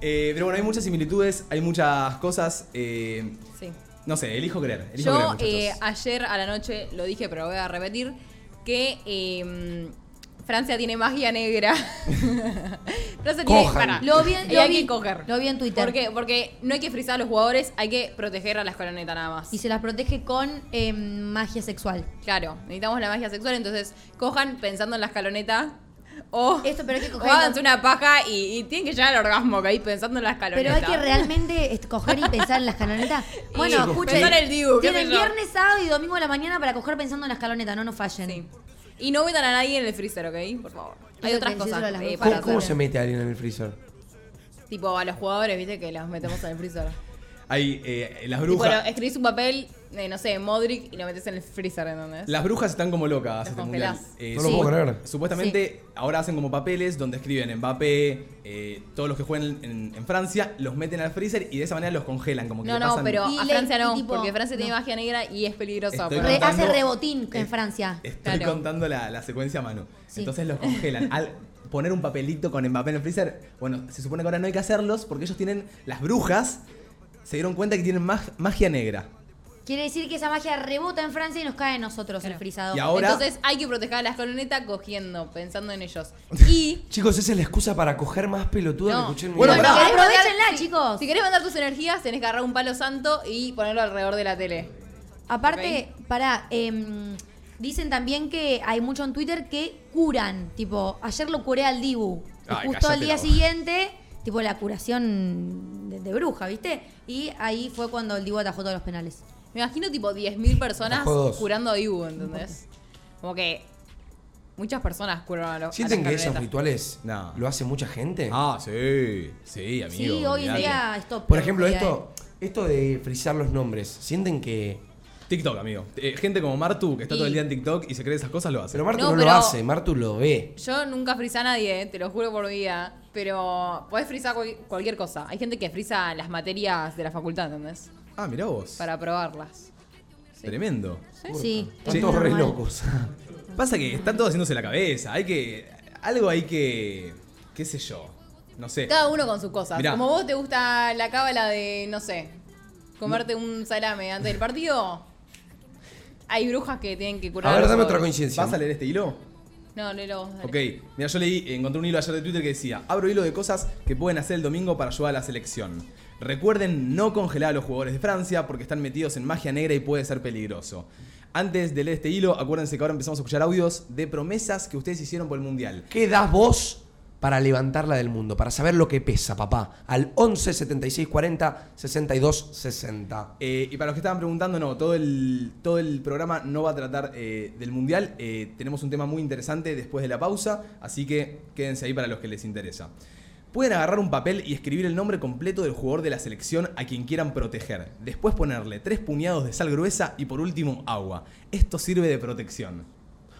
S1: eh, pero bueno, hay muchas similitudes, hay muchas cosas. eh,
S2: Sí.
S1: no sé, elijo creer. Elijo
S2: Yo
S1: creer,
S2: eh,
S1: muchachos.
S2: ayer a la noche lo dije, pero lo voy a repetir, que eh, Francia tiene magia negra. Francia tiene...
S3: Cojan.
S2: pará.
S4: Lo vi, en-
S2: Y
S4: lo
S2: hay
S4: vi-
S2: que coger.
S4: Lo vi en Twitter.
S2: ¿Por qué? Porque no hay que frizar a los jugadores, hay que proteger a las coronetas nada más.
S4: Y se las protege con em, magia sexual.
S2: Claro, necesitamos la magia sexual, entonces cojan pensando en la escaloneta o,
S4: Esto, pero hay que
S2: o
S4: coger.
S2: háganse una paja y, y tienen que llegar al orgasmo que ahí pensando en la
S4: Pero
S2: escaloneta.
S4: hay que realmente est- coger y pensar en la escaloneta. Bueno,
S2: Y
S4: escuchen.
S2: pensar en el Dibu, qué sé
S4: Tienen
S2: yo.
S4: viernes, sábado y domingo a la mañana para coger pensando en la escaloneta, no nos fallen.
S2: Sí. Y no metan a nadie en el freezer, ¿ok? Por favor. Hay
S4: Eso
S2: otras
S4: que decíselo a
S2: cosas
S4: las
S2: eh,
S4: brujas.
S2: para
S3: ¿Cómo,
S2: hacer.
S3: cómo se mete alguien en el freezer?
S2: Tipo a los jugadores, viste, que los metemos en el freezer.
S1: Hay eh, las
S2: Tipo,
S1: brujas.
S2: lo- escribís un papel, de, no sé, Modric y lo metes en el freezer, ¿entendés?
S1: Las brujas están como locas este
S2: congelás.
S1: mundial. Eh,
S3: No lo
S1: supu-
S3: puedo creer.
S1: Supuestamente ahora hacen como papeles donde escriben Mbappé, eh, todos los que juegan en, en Francia, los meten al freezer y de esa manera los congelan, como que
S2: No,
S1: le
S2: no,
S1: pasan-
S2: pero
S4: Y
S2: a
S4: le-
S2: Francia no,
S4: y tipo,
S2: porque Francia tiene
S4: no.
S2: magia negra y es peligrosa.
S1: Estoy
S2: pero-
S4: Re- hace
S1: contando-
S4: rebotín
S1: Eh,
S4: en Francia.
S1: Estoy
S2: Claro.
S1: contando la, la secuencia a mano.
S4: Sí.
S1: Entonces los congelan. Al poner un papelito con Mbappé en el freezer, bueno, se supone que ahora no hay que hacerlos porque ellos tienen, las brujas, se dieron cuenta que tienen mag- magia negra.
S4: Quiere decir que esa magia rebota en Francia y nos cae a nosotros
S2: Claro.
S4: el frisado.
S1: Y ahora-
S2: Entonces hay que proteger a las coronetas cogiendo, pensando en ellos. Y.
S3: Chicos, esa es la excusa para coger más pelotudo que
S2: No.
S3: escuché en mi
S1: Bueno,
S3: vida.
S1: pará.
S2: si querés
S4: Aprovechenla,
S2: mandar- si-
S4: chicos.
S2: Si querés mandar tus energías, tenés que agarrar un palo santo y ponerlo alrededor de la tele.
S4: Aparte, pará, em, dicen también que hay mucho en Twitter que curan. Tipo, ayer lo curé al Dibu. Y
S1: Ay,
S4: justo al
S1: cállate
S4: día
S1: la boca.
S4: siguiente, tipo la curación de, de bruja, ¿viste? Y ahí fue cuando el Dibu atajó todos los penales.
S2: Me imagino tipo 10.000 personas
S3: Atajó dos.
S2: curando a Ibu, ¿entendés? Como que muchas personas curan a los
S3: ¿Sienten
S2: a
S3: que
S2: las
S3: esos
S2: coronetas.
S3: rituales
S1: No.
S3: lo hace mucha gente?
S1: Ah, sí, sí,
S4: sí, hoy en
S1: olvidate.
S4: día esto.
S3: Por ejemplo, esto, esto de frizar los nombres. ¿Sienten que...?
S1: TikTok, amigo. Eh, gente como Martu, que está todo el día en TikTok y se cree esas cosas, lo hace.
S3: Pero Martu
S2: No,
S3: no,
S2: pero-
S3: lo hace, Martu lo ve.
S2: Yo nunca frisé a nadie, eh, te lo juro por vida, pero podés frizar cual- cualquier cosa. Hay gente que frisa las materias de la facultad, ¿entendés?
S1: ah, mirá vos.
S2: Para probarlas.
S1: Tremendo.
S4: ¿eh? Sí,
S3: Están
S4: es
S3: todos re
S4: normal.
S3: locos.
S1: Pasa que están todos haciéndose la cabeza. Hay que. Algo hay que. qué sé yo. No sé.
S2: Cada uno con sus cosas.
S1: Mirá.
S2: Como vos te gusta la cábala de, no sé, comerte un salame antes del partido, hay brujas que tienen que curar.
S3: A
S2: a
S3: ver,
S2: los
S3: dame
S2: otros.
S3: otra coincidencia.
S1: ¿Vas a leer este hilo?
S2: No, léelo vos, dale.
S1: Ok. Mira, yo leí, encontré un hilo ayer de Twitter que decía: abro hilo de cosas que pueden hacer el domingo para ayudar a la selección. Recuerden no congelar a los jugadores de Francia porque están metidos en magia negra y puede ser peligroso. Antes de leer este hilo, acuérdense que ahora empezamos a escuchar audios de promesas que ustedes hicieron por el mundial.
S3: ¿Qué das vos para levantarla del mundo? Para saber lo que pesa, papá. Al 11 76 40 62 60.
S1: Eh, y para los que estaban preguntando, no, todo el, todo el programa no va a tratar eh, del Mundial. Eh, tenemos un tema muy interesante después de la pausa, así que quédense ahí para los que les interesa. Pueden agarrar un papel y escribir el nombre completo del jugador de la selección a quien quieran proteger. Después ponerle tres puñados de sal gruesa y por último agua. Esto sirve de protección.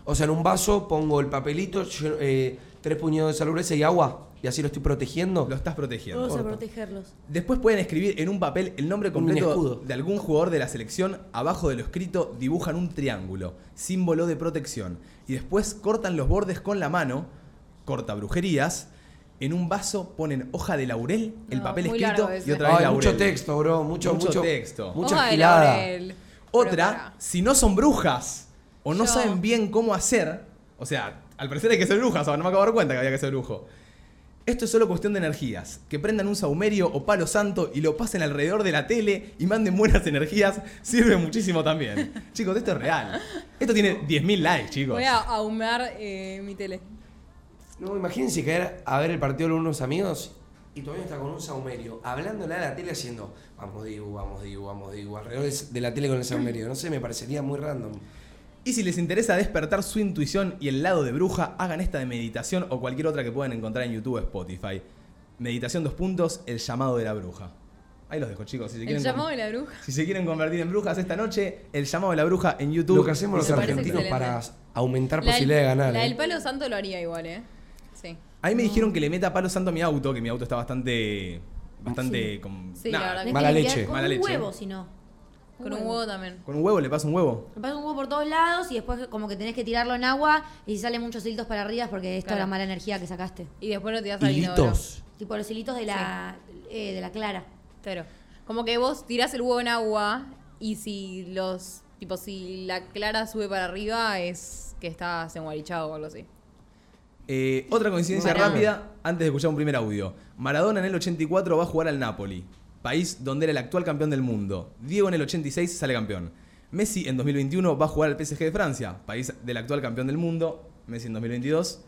S3: O sea, en un vaso pongo el papelito, lleno- eh, tres puñados de sal gruesa y agua. Y así lo estoy protegiendo.
S1: Lo estás protegiendo.
S4: Vamos a protegerlos.
S1: Después pueden escribir en un papel el nombre completo
S3: escudo.
S1: de algún jugador de la selección. Abajo de lo escrito dibujan un triángulo, símbolo de protección. Y después cortan los bordes con la mano, corta brujerías, en un vaso ponen hoja de laurel, el
S2: No,
S1: papel
S2: muy
S1: escrito
S2: largo ese.
S1: y otra vez
S3: Ay,
S1: laurel.
S3: mucho texto, bro. Mucho,
S1: Mucho
S3: mucho,
S1: texto.
S3: Mucha
S2: Hoja de
S3: gilada.
S2: laurel.
S1: Otra,
S2: Pero pará.
S1: si no son brujas o no
S2: Yo.
S1: saben bien cómo hacer, o sea, al parecer hay que ser brujas, ahora no me acabo de dar cuenta que había que ser brujo. Esto es solo cuestión de energías. Que prendan un saumerio o palo santo y lo pasen alrededor de la tele y manden buenas energías, sirve muchísimo también. chicos, esto es real. Esto tiene 10.000 likes, chicos.
S2: Voy a ahumar eh, mi tele.
S3: No, imagínense caer a ver el partido con unos amigos y todavía está con un saumerio, hablándole a la tele haciendo vamos Dibu, vamos Dibu, vamos Dibu, alrededor de- de la tele con el saumerio. No sé, me parecería muy random.
S1: Y si les interesa despertar su intuición y el lado de bruja, hagan esta de meditación o cualquier otra que puedan encontrar en YouTube o Spotify. Meditación dos puntos, el llamado de la bruja. Ahí los dejo, chicos. Si se
S2: El
S1: quieren
S2: llamado
S1: con-
S2: de la bruja.
S1: Si se quieren convertir en brujas esta noche, el llamado de la bruja en YouTube.
S3: Lo que hacemos los
S2: Me parece
S3: argentinos para
S2: excelente.
S3: aumentar
S2: La del-
S3: posibilidad de ganar.
S2: La
S3: ¿eh?
S2: del palo santo lo haría igual, ¿eh? Sí.
S1: Ahí me dijeron que le meta palo santo a mi auto, que mi auto está bastante. Bastante. Con,
S2: Ah, Sí, la verdad que-
S3: Mala
S4: Tiene que
S3: leche.
S4: quedar Con
S1: Mala
S4: un
S1: leche.
S4: huevo, si no.
S2: Con un huevo también.
S1: ¿Con un huevo le pasa un huevo?
S4: Le pasas un huevo por todos lados y después como que tenés que tirarlo en agua y si salen muchos hilitos para arriba es porque esto es
S2: Claro.
S4: la mala energía que sacaste.
S2: Y después lo tirás al inodoro.
S3: Hilitos.
S4: Tipo los hilitos de la, eh, de la clara.
S2: Pero, como que vos tirás el huevo en agua y si los. Tipo, si la clara sube para arriba es que estás enguarichado o algo así.
S1: Eh, otra coincidencia
S2: Maradona.
S1: rápida antes de escuchar un primer audio. Maradona en el 84 va a jugar al Napoli, país donde era el actual campeón del mundo. Diego en el 86 sale campeón. Messi en 2021 va a jugar al PSG de Francia, país del actual campeón del mundo. Messi en 2022.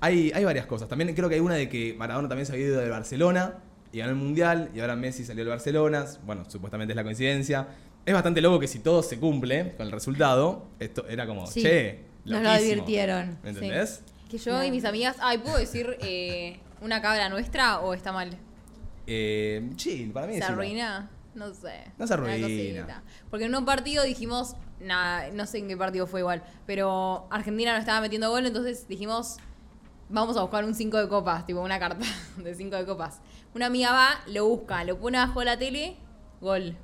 S1: Hay, hay varias cosas. También creo que hay una de que Maradona también se había ido del Barcelona y ganó el Mundial y ahora Messi salió del Barcelona. Bueno, supuestamente es la coincidencia. Es bastante loco que si todo se cumple con el resultado, esto era como,
S4: Sí.
S1: che,
S4: Nos lo
S1: loquísimo.
S4: advirtieron.
S1: ¿Me entendés?
S2: Que yo
S4: Claro.
S2: y mis amigas. Ay, ¿puedo decir eh, una cabra nuestra o está mal?
S1: Eh, chill, para mí
S2: ¿Se
S1: decilo.
S2: arruina? No sé.
S1: No se
S2: Una
S1: arruina.
S2: cosita. Porque en un partido dijimos, nada, no sé en qué partido fue igual, pero Argentina no estaba metiendo gol, entonces dijimos, vamos a buscar un 5 de copas, tipo una carta de 5 de copas. Una amiga va, lo busca, lo pone abajo de la tele, gol.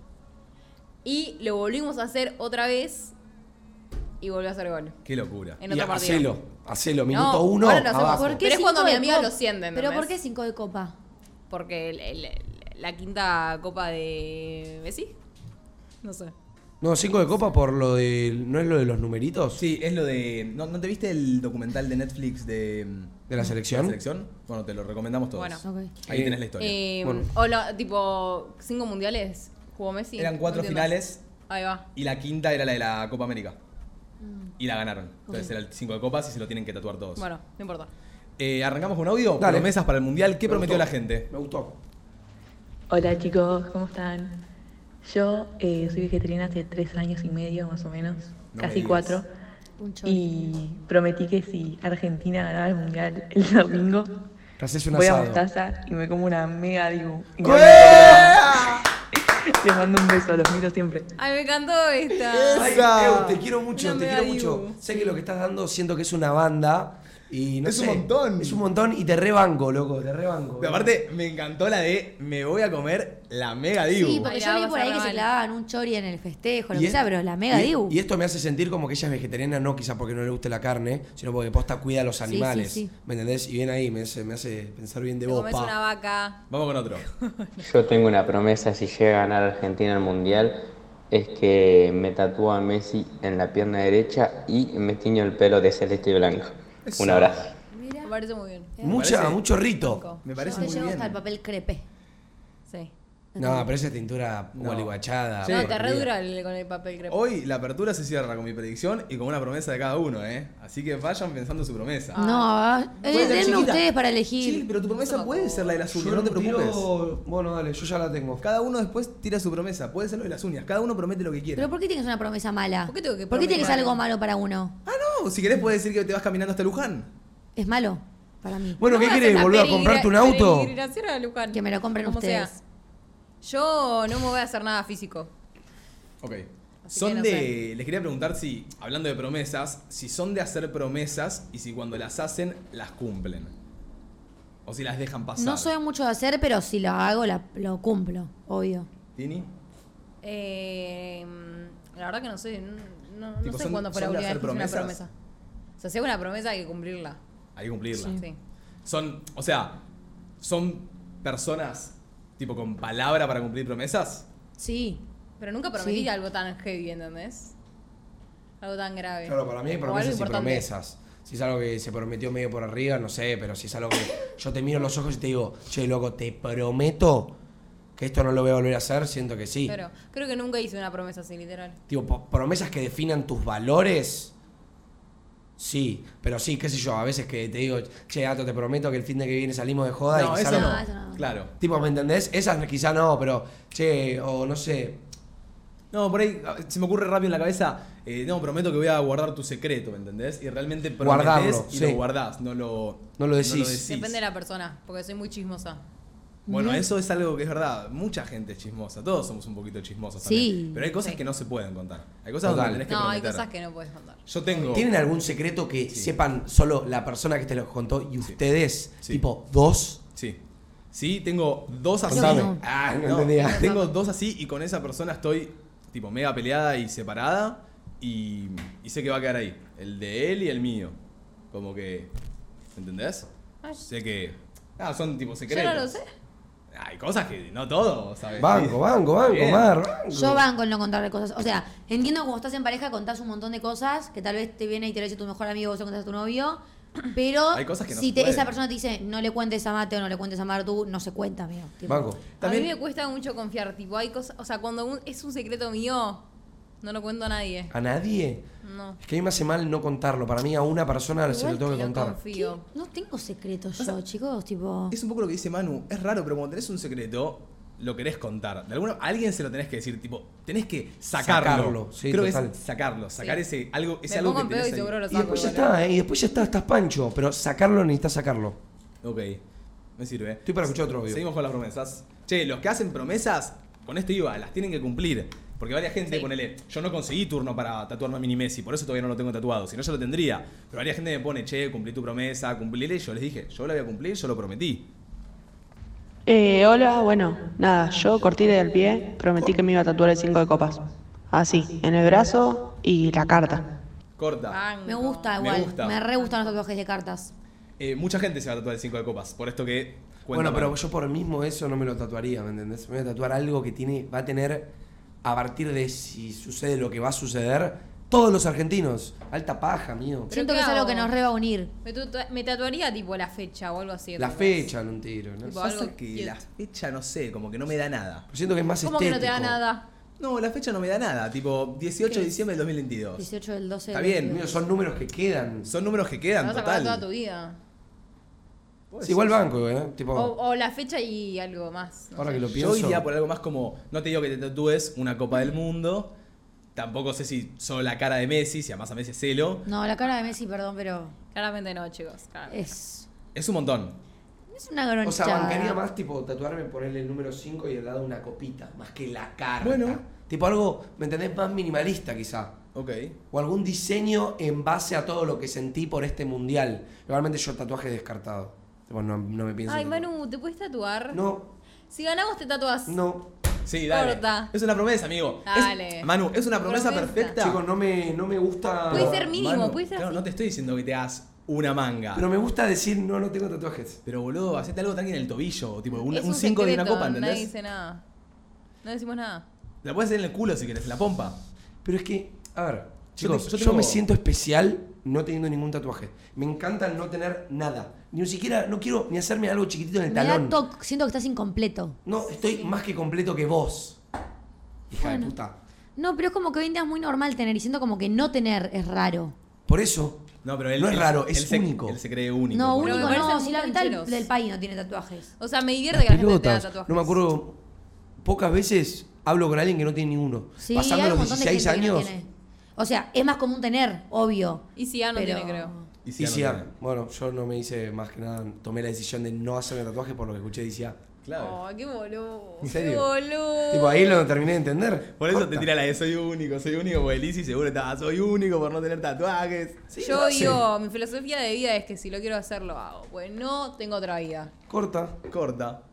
S2: Y lo volvimos a hacer otra vez y volvió a hacer gol.
S1: Qué locura.
S2: En
S3: Y
S2: otro partido.
S3: hacelo, hacelo, minuto
S2: No,
S3: uno.
S2: ahora lo hacemos.
S3: abajo.
S2: ¿Por qué Pero es cuando
S4: cinco
S2: mi
S4: de
S2: amiga
S4: copa?
S2: lo siente, ¿entendés?
S4: ¿Pero por qué cinco de copa?
S2: Porque el- el- la quinta copa de Messi. No sé.
S3: No, cinco de copa por lo de. ¿No es lo de los numeritos?
S1: Sí, es lo de. ¿no, no te viste el documental de Netflix de.
S3: ¿De la selección?
S1: de la selección? Bueno, te lo recomendamos todos.
S2: Bueno.
S4: Ok.
S1: Ahí
S3: Eh,
S1: tenés la historia.
S2: Eh,
S3: Bueno.
S2: O la- tipo, cinco mundiales jugó Messi.
S1: Eran cuatro
S2: No entiendo.
S1: finales
S2: Ahí va.
S1: y la quinta era la de la Copa América. Y la ganaron. Entonces
S4: Mm. Ok.
S1: era el 5 de copas y se lo tienen que tatuar todos.
S2: Bueno, no importa.
S1: Eh, Arrancamos con audio.
S3: Dale.
S1: Promesas para el mundial. ¿Qué
S3: Me
S1: prometió
S3: gustó.
S1: la gente?
S3: Me gustó.
S8: Hola chicos, ¿cómo están? Yo eh, soy vegetariana hace tres años y medio más o menos,
S1: No me
S8: casi
S1: digas.
S8: cuatro,
S4: Un chorro.
S8: y prometí que si Argentina ganaba el Mundial el domingo,
S3: Te haces un
S8: voy a
S3: asado.
S8: Mostaza y me como una mega dibu. Y
S3: ¡Güey!
S8: Les mando un beso, los miro siempre.
S2: Ay, me encantó esta.
S3: Ay,
S1: Esa.
S3: Ew, te quiero mucho,
S2: Una
S3: te
S2: mega
S3: quiero
S2: dibu.
S3: mucho. Sé que lo que estás dando siento que es una banda y no
S1: Es un
S3: sé,
S1: montón.
S3: Es un montón y te rebanco, loco, te rebanco.
S1: Pero aparte, me encantó la de me voy a comer la mega dibu.
S4: Sí, porque
S2: Ahí
S4: yo
S2: la
S4: leí
S2: vas
S4: por
S2: a
S4: ahí que se
S2: armar.
S4: clavaban un chori en el festejo, lo
S3: Y
S4: que
S3: es-
S4: sea, pero la mega
S3: y,
S4: dibu.
S3: Y esto me hace sentir como que ella es vegetariana, no quizás porque no le guste la carne, sino porque posta cuida a los
S4: sí,
S3: animales.
S4: sí.
S3: ¿Me entendés? Y bien ahí, me hace, me hace pensar bien de
S2: Te
S3: vos,
S2: comes
S3: pa.
S2: una vaca.
S1: Vamos con otro.
S9: Yo tengo una promesa si llega a ganar Argentina el Mundial, es que me tatúa a Messi en la pierna derecha y me tiño el pelo de celeste y blanco. Un abrazo.
S4: Mira,
S2: Me parece muy bien.
S3: Mucha,
S1: parece-
S3: mucho rito.
S2: Banco.
S1: Me parece
S4: yo te
S1: muy
S4: llevo
S1: bien.
S4: hasta el papel crepe.
S2: Sí.
S3: No, pero esa es tintura
S1: No.
S3: gualiguachada.
S1: Sí.
S2: No, te
S1: Olvida.
S2: re dura el- con el papel crepe.
S1: Hoy la apertura se cierra con mi predicción y con una promesa de cada uno, ¿eh? Así que vayan pensando su promesa.
S4: No, eh,
S1: Ah. ser
S4: denme
S1: chiquita.
S4: ustedes para
S1: Sí,
S4: elegir.
S1: pero tu promesa puede ser la de las uñas,
S3: Yo
S1: no te
S3: tiro-
S1: preocupes.
S3: Bueno, dale, yo ya la tengo.
S1: Cada uno después tira su promesa, puede ser lo de las uñas, cada uno promete lo que quiere.
S4: ¿Pero por qué tienes una promesa mala?
S2: ¿Por qué tengo que
S4: tiene que ser
S2: prometer?
S4: algo malo para uno?
S1: Ah, no, si querés puedes decir que te vas caminando hasta Luján.
S4: Es malo para mí.
S3: Bueno,
S2: Vamos a
S3: ¿qué
S2: hacer
S3: quieres?
S2: una
S3: ¿Volver a
S2: peregrina-
S3: comprarte un auto?
S2: peregrinación a Luján.
S4: Que me lo compren
S2: Como
S4: ustedes.
S2: sea. Yo no me voy a hacer nada físico.
S1: Ok.
S2: Así
S1: son
S2: que no
S1: de.
S2: sé.
S1: Les quería preguntar si, hablando de promesas, si son de hacer promesas y si cuando las hacen, las cumplen. O si las dejan pasar.
S4: No soy mucho de hacer, pero si lo hago, la- lo cumplo, obvio.
S1: ¿Tini?
S2: Eh, la verdad que no sé. No, no- no
S1: Tipo,
S2: sé
S1: son-
S2: cuándo fue la
S1: son de
S2: última vez que
S1: hacer
S2: hice una
S1: promesas.
S2: promesa. O sea, si hago una promesa hay que cumplirla.
S1: Hay que cumplirla.
S2: sí.
S1: Son. O sea, ¿Son personas tipo con palabra para cumplir promesas?
S4: Sí.
S2: Pero nunca prometí
S4: Sí.
S2: algo tan heavy, ¿entendés? Algo tan grave.
S3: Claro, para mí hay
S2: O
S3: promesas
S2: algo
S3: y
S2: importante.
S3: promesas. Si es algo que se prometió medio por arriba, no sé, pero si es algo que yo te miro en los ojos y te digo, che, loco, te prometo que esto no lo voy a volver a hacer, siento que sí.
S2: Claro. Creo que nunca hice una promesa así, literal.
S3: Tipo, po- promesas que definan tus valores. Sí, pero sí, qué sé yo, a veces que te digo, che, gato, te prometo que el fin de que viene salimos de joda y
S1: no,
S3: quizá
S1: eso
S3: no.
S1: no.
S4: eso no.
S1: Claro.
S3: Tipo, ¿me entendés? Esas quizá no, pero, che, o no sé.
S1: No, por ahí ah, se me ocurre rápido en la cabeza, eh, no, prometo que voy a guardar tu secreto, ¿me entendés? Y realmente prometes
S3: Guardarlo,
S1: y
S3: sí.
S1: lo guardás, no lo,
S3: No lo decís.
S2: Depende de la persona, porque soy muy chismosa.
S1: Bueno, eso es algo que es verdad. Mucha gente es chismosa. Todos somos un poquito chismosos también.
S4: Sí.
S1: Pero hay cosas
S2: Sí.
S1: que no se pueden contar. Hay cosas
S3: Total.
S1: donde tenés que
S2: No, hay
S1: prometer.
S2: cosas que no puedes contar.
S1: Yo tengo...
S3: ¿Tienen algún secreto que
S1: Oh. Sí.
S3: sepan solo la persona que te lo contó y ustedes?
S1: Sí.
S3: Tipo, dos.
S1: Sí. Sí, tengo dos así.
S3: Contame.
S4: no.
S3: Ah, no, entendía.
S1: Tengo dos así y con esa persona estoy tipo mega peleada y separada y, y sé que va a quedar ahí. El de él y el mío. Como que... ¿Entendés?
S2: Ay.
S1: Sé que... Ah, son tipo
S2: Yo
S1: secretos.
S2: no lo sé.
S1: Hay cosas que no todo, ¿sabes?
S3: Banco, banco, banco,
S1: Bien.
S3: mar. banco.
S4: Yo banco en no contarle cosas. O sea, entiendo que cuando estás en pareja contás un montón de cosas que tal vez te viene y te lo dice tu mejor amigo, vos se lo contás a tu novio. Pero
S1: Hay cosas que no
S4: si
S1: se
S4: te-
S1: pueden.
S4: esa persona te dice no le cuentes a Mateo, no le cuentes a Martu, no se cuenta, amigo. Tipo,
S3: Banco.
S1: También-
S2: A mí me cuesta mucho confiar, tipo, hay cosas, o sea, cuando un- es un secreto mío, no lo cuento a nadie.
S3: ¿A nadie?
S2: No.
S3: Es que a mí me hace mal no contarlo. Para mí a una persona se
S4: Igual
S3: lo tengo que
S2: No
S3: contar.
S2: confío.
S4: No tengo secretos yo, chicos.
S2: Oh.
S4: Tipo.
S1: Es un poco lo que dice Manu. Es raro, pero cuando tenés un secreto, lo querés contar. De alguna a alguien se lo tenés que decir, tipo, tenés que sacarlo.
S3: Sacarlo, sí,
S1: Creo
S3: total.
S1: que es sacarlo, sacar
S2: Sí.
S1: ese algo, es
S2: Me
S1: algo
S2: pongo
S1: que
S2: en pedo y
S1: tenés ahí.
S2: seguro lo
S3: Y
S2: saco.
S3: después ya
S2: igual.
S3: está, ¿eh? Y después ya está, estás pancho. Pero sacarlo necesitas sacarlo.
S1: Ok, me sirve.
S3: Estoy para escuchar otro audio.
S1: Seguimos con las promesas. Che, los que hacen promesas, con esto iba, las tienen que cumplir. Porque varias gente,
S2: Sí.
S1: ponele, yo no conseguí turno para tatuarme a Mini Messi, por eso todavía no lo tengo tatuado, si no yo lo tendría. Pero varias gente me pone, che, cumplí tu promesa, cumplíle, yo les dije, yo la voy a cumplir, yo lo prometí.
S10: Eh, hola, bueno, nada, yo cortita del pie, prometí que me iba a tatuar el 5 de copas. Así, en el brazo y la carta.
S1: Corta.
S2: Banco.
S4: Me gusta
S1: Me
S4: igual. Me,
S1: gusta.
S4: re gustan los tatuajes de cartas.
S1: Eh, mucha gente se va a tatuar el 5 de copas, por esto que... cuenta
S3: Bueno, pero
S1: mal.
S3: yo por mismo eso no me lo tatuaría, ¿me entendés? Me voy a tatuar algo que tiene, va a tener, a partir de si sucede lo que va a suceder, todos los argentinos. Alta paja, mío.
S2: Pero
S4: Siento
S2: ¿qué
S4: que es algo
S2: hago?
S4: que nos re va a unir.
S2: Me, tatua- me tatuaría tipo la fecha o algo así.
S3: La
S2: ¿entendés?
S3: fecha, no un tiro, ¿no?
S2: Tipo,
S1: Pasa
S2: algo
S1: que
S2: cute.
S1: la fecha, no sé, como que no me da nada.
S3: Pero siento que es más
S2: ¿Cómo que no te da
S3: estético.
S2: nada?
S1: No, la fecha no me da nada. Tipo, 18 de diciembre del 2022.
S4: 18 del 12.
S1: Está
S4: del
S1: bien,
S3: Mío,
S4: 22.
S3: son números que quedan.
S1: Son números que
S2: Te
S1: quedan,
S2: vas a acordar
S1: total. Pues
S2: toda tu vida.
S3: Sí, igual banco, ¿eh? Tipo,
S2: O, o la fecha y algo más. no
S3: ahora
S2: sé.
S3: que lo
S1: Yo
S3: pienso.
S1: iría por algo más como, no te digo que te tatúes una Copa del Mundo. Tampoco sé si solo la cara de Messi, si además a Messi es celo.
S4: No, la cara de Messi, perdón, pero
S2: Claramente no, chicos. claro.
S4: es.
S1: Es un montón.
S4: Es una gronchada.
S3: O sea, bancaría más tipo tatuarme, ponerle el número 5 y al lado una copita, más que la carta.
S1: Bueno.
S3: Tipo algo, ¿me entendés? Más minimalista quizá.
S1: Ok.
S3: O algún diseño en base a todo lo que sentí por este mundial. Igualmente yo tatuaje descartado. Tipo, no, no me pienso.
S2: Ay,
S3: en-
S2: Manu, ¿te puedes tatuar?
S3: No,
S2: Si ganamos, te tatuás.
S3: no.
S1: Sí, dale.
S2: Corta.
S1: Es una promesa, amigo. Es-
S2: Dale.
S1: Manu, es una promesa,
S2: Promesa.
S1: perfecta.
S3: Chicos, no me, no me gusta.
S2: Puede ser mínimo,
S1: Manu,
S2: puede ser
S1: claro,
S2: así.
S1: no te estoy diciendo que te hagas una manga.
S3: Pero me gusta decir, no, no tengo tatuajes.
S1: Pero boludo, hacete algo tranqui en el tobillo, tipo un
S2: Es
S1: 5 de una
S2: secreto,
S1: copa, ¿entendés?
S2: Nadie dice nada. No decimos nada.
S1: La puedes hacer en el culo si querés, en la pompa.
S3: Pero es que, a ver,
S1: Yo
S3: chicos,
S1: te-
S3: yo,
S1: yo tengo-
S3: me siento especial no teniendo ningún tatuaje. Me encanta no tener nada. Ni siquiera, no quiero ni hacerme algo chiquitito en el
S4: Me da
S3: talón.
S4: toc, siento que estás incompleto.
S3: No, estoy más que completo que vos. Hija de puta.
S4: No, pero es como que hoy en día es muy normal tener y siento como que no tener es raro.
S3: Por eso.
S1: No, pero él
S3: No es
S1: él-
S3: raro,
S1: él
S3: es
S1: se-
S3: único.
S1: Él se cree único.
S4: no,
S1: boludo.
S2: Pero me
S4: único
S2: parecen
S4: no,
S2: muy
S4: si la mitad del,
S2: cancheros.
S4: del país no tiene tatuajes.
S2: O sea, me divierte
S3: Las
S2: que la gente tenga
S3: pelotas.
S2: tatuajes.
S3: No me acuerdo. Pocas veces hablo con alguien que no tiene ninguno.
S4: Sí,
S3: Pasando
S4: hay un
S3: los
S4: montón de
S3: 16
S4: gente que no
S3: años.
S4: tiene. O sea, es más común tener, obvio.
S2: Y si ya no
S4: pero-
S2: tiene, creo.
S1: Y si
S3: Y
S1: ya no
S3: si, ah,
S1: tiene.
S3: bueno, yo no me hice más que nada, tomé la decisión de no hacerme tatuajes por lo que escuché decía.
S1: Claro.
S2: Ay, qué boludo.
S3: ¿En serio?
S2: Qué boludo.
S3: Tipo, ahí lo terminé de entender.
S1: Por eso
S3: Corta.
S1: te tira la de soy único, soy único, porque Lizzy seguro está, soy único por no tener tatuajes.
S2: Yo digo, mi filosofía de vida es que si lo quiero hacer, lo hago. Pues no tengo otra vida.
S3: Corta.
S1: Corta.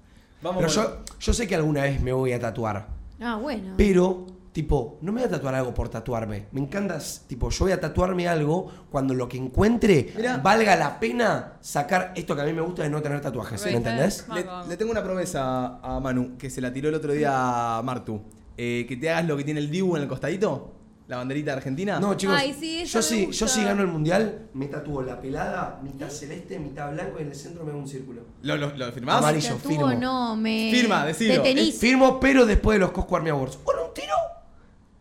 S1: Vamos
S3: Pero
S1: con-
S3: yo, yo sé que alguna vez me voy a tatuar.
S4: Ah, bueno.
S3: Pero tipo, no me voy a tatuar algo por tatuarme. Me encanta, s- tipo, yo voy a tatuarme algo cuando lo que encuentre
S1: Mirá.
S3: valga la pena sacar esto que a mí me gusta de no tener tatuajes. ¿Me
S2: Right.
S3: entendés?
S2: Vamos,
S1: Le,
S2: vamos.
S1: le tengo una promesa a Manu, que se la tiró el otro día a Martu. Eh, que te hagas lo que tiene el Dibu en el costadito, la banderita de Argentina.
S3: No, chicos,
S2: Ay, sí, eso
S3: yo,
S2: me
S3: sí, yo
S2: gusta.
S3: sí gano el mundial, me tatúo la pelada, mitad celeste, mitad blanco y en el centro me hago un círculo.
S1: ¿Lo, lo, lo firmás?
S3: Amarillo. yo
S4: Tatúo,
S3: firmo.
S4: no, me.
S1: Firma, decilo.
S4: De tenis.
S3: Eh, Firmo, pero después de los Cosco Army Awards. ¿Con un tiro?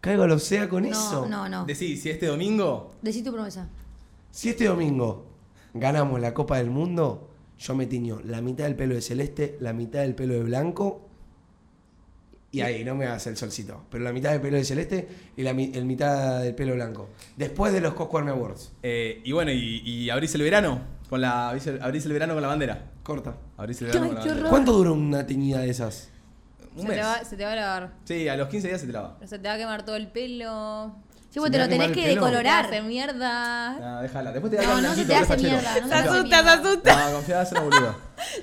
S3: Caigo a la osea con eso.
S4: No, no, no.
S1: Decí, si este domingo.
S4: Decí tu promesa.
S3: Si este domingo ganamos la Copa del Mundo, yo me tiño la mitad del pelo de celeste, la mitad del pelo de blanco. Y ahí no me hagas el solcito. Pero la mitad del pelo de celeste y la mi- el mitad del pelo blanco. Después de los Cosco Army Awards.
S1: eh, y bueno, y, y abrís el verano con la. abrís el- Abrís el verano con la bandera.
S3: Corta.
S1: Abrís el verano
S4: Ay,
S1: con la
S4: qué
S1: bandera.
S4: horror.
S3: ¿Cuánto dura una teñida de esas?
S1: Un
S2: Se, te
S1: mes.
S2: va, se te va a lavar.
S1: Sí, a los 15 días se te lava.
S2: Pero se te va a quemar todo el pelo.
S4: Sí,
S3: me
S4: vos te lo
S3: va a quemar
S4: tenés
S3: el
S4: que
S3: pelo.
S4: decolorar.
S2: Hace mierda.
S1: Nah, déjala. Después te da
S4: Ah. No,
S1: con
S4: no se
S1: blanquito,
S4: te hace
S1: refachero.
S4: mierda. No
S2: Se
S4: se te hace
S2: asusta, se
S4: mierda.
S2: asusta.
S1: No, confiá, es una boluda.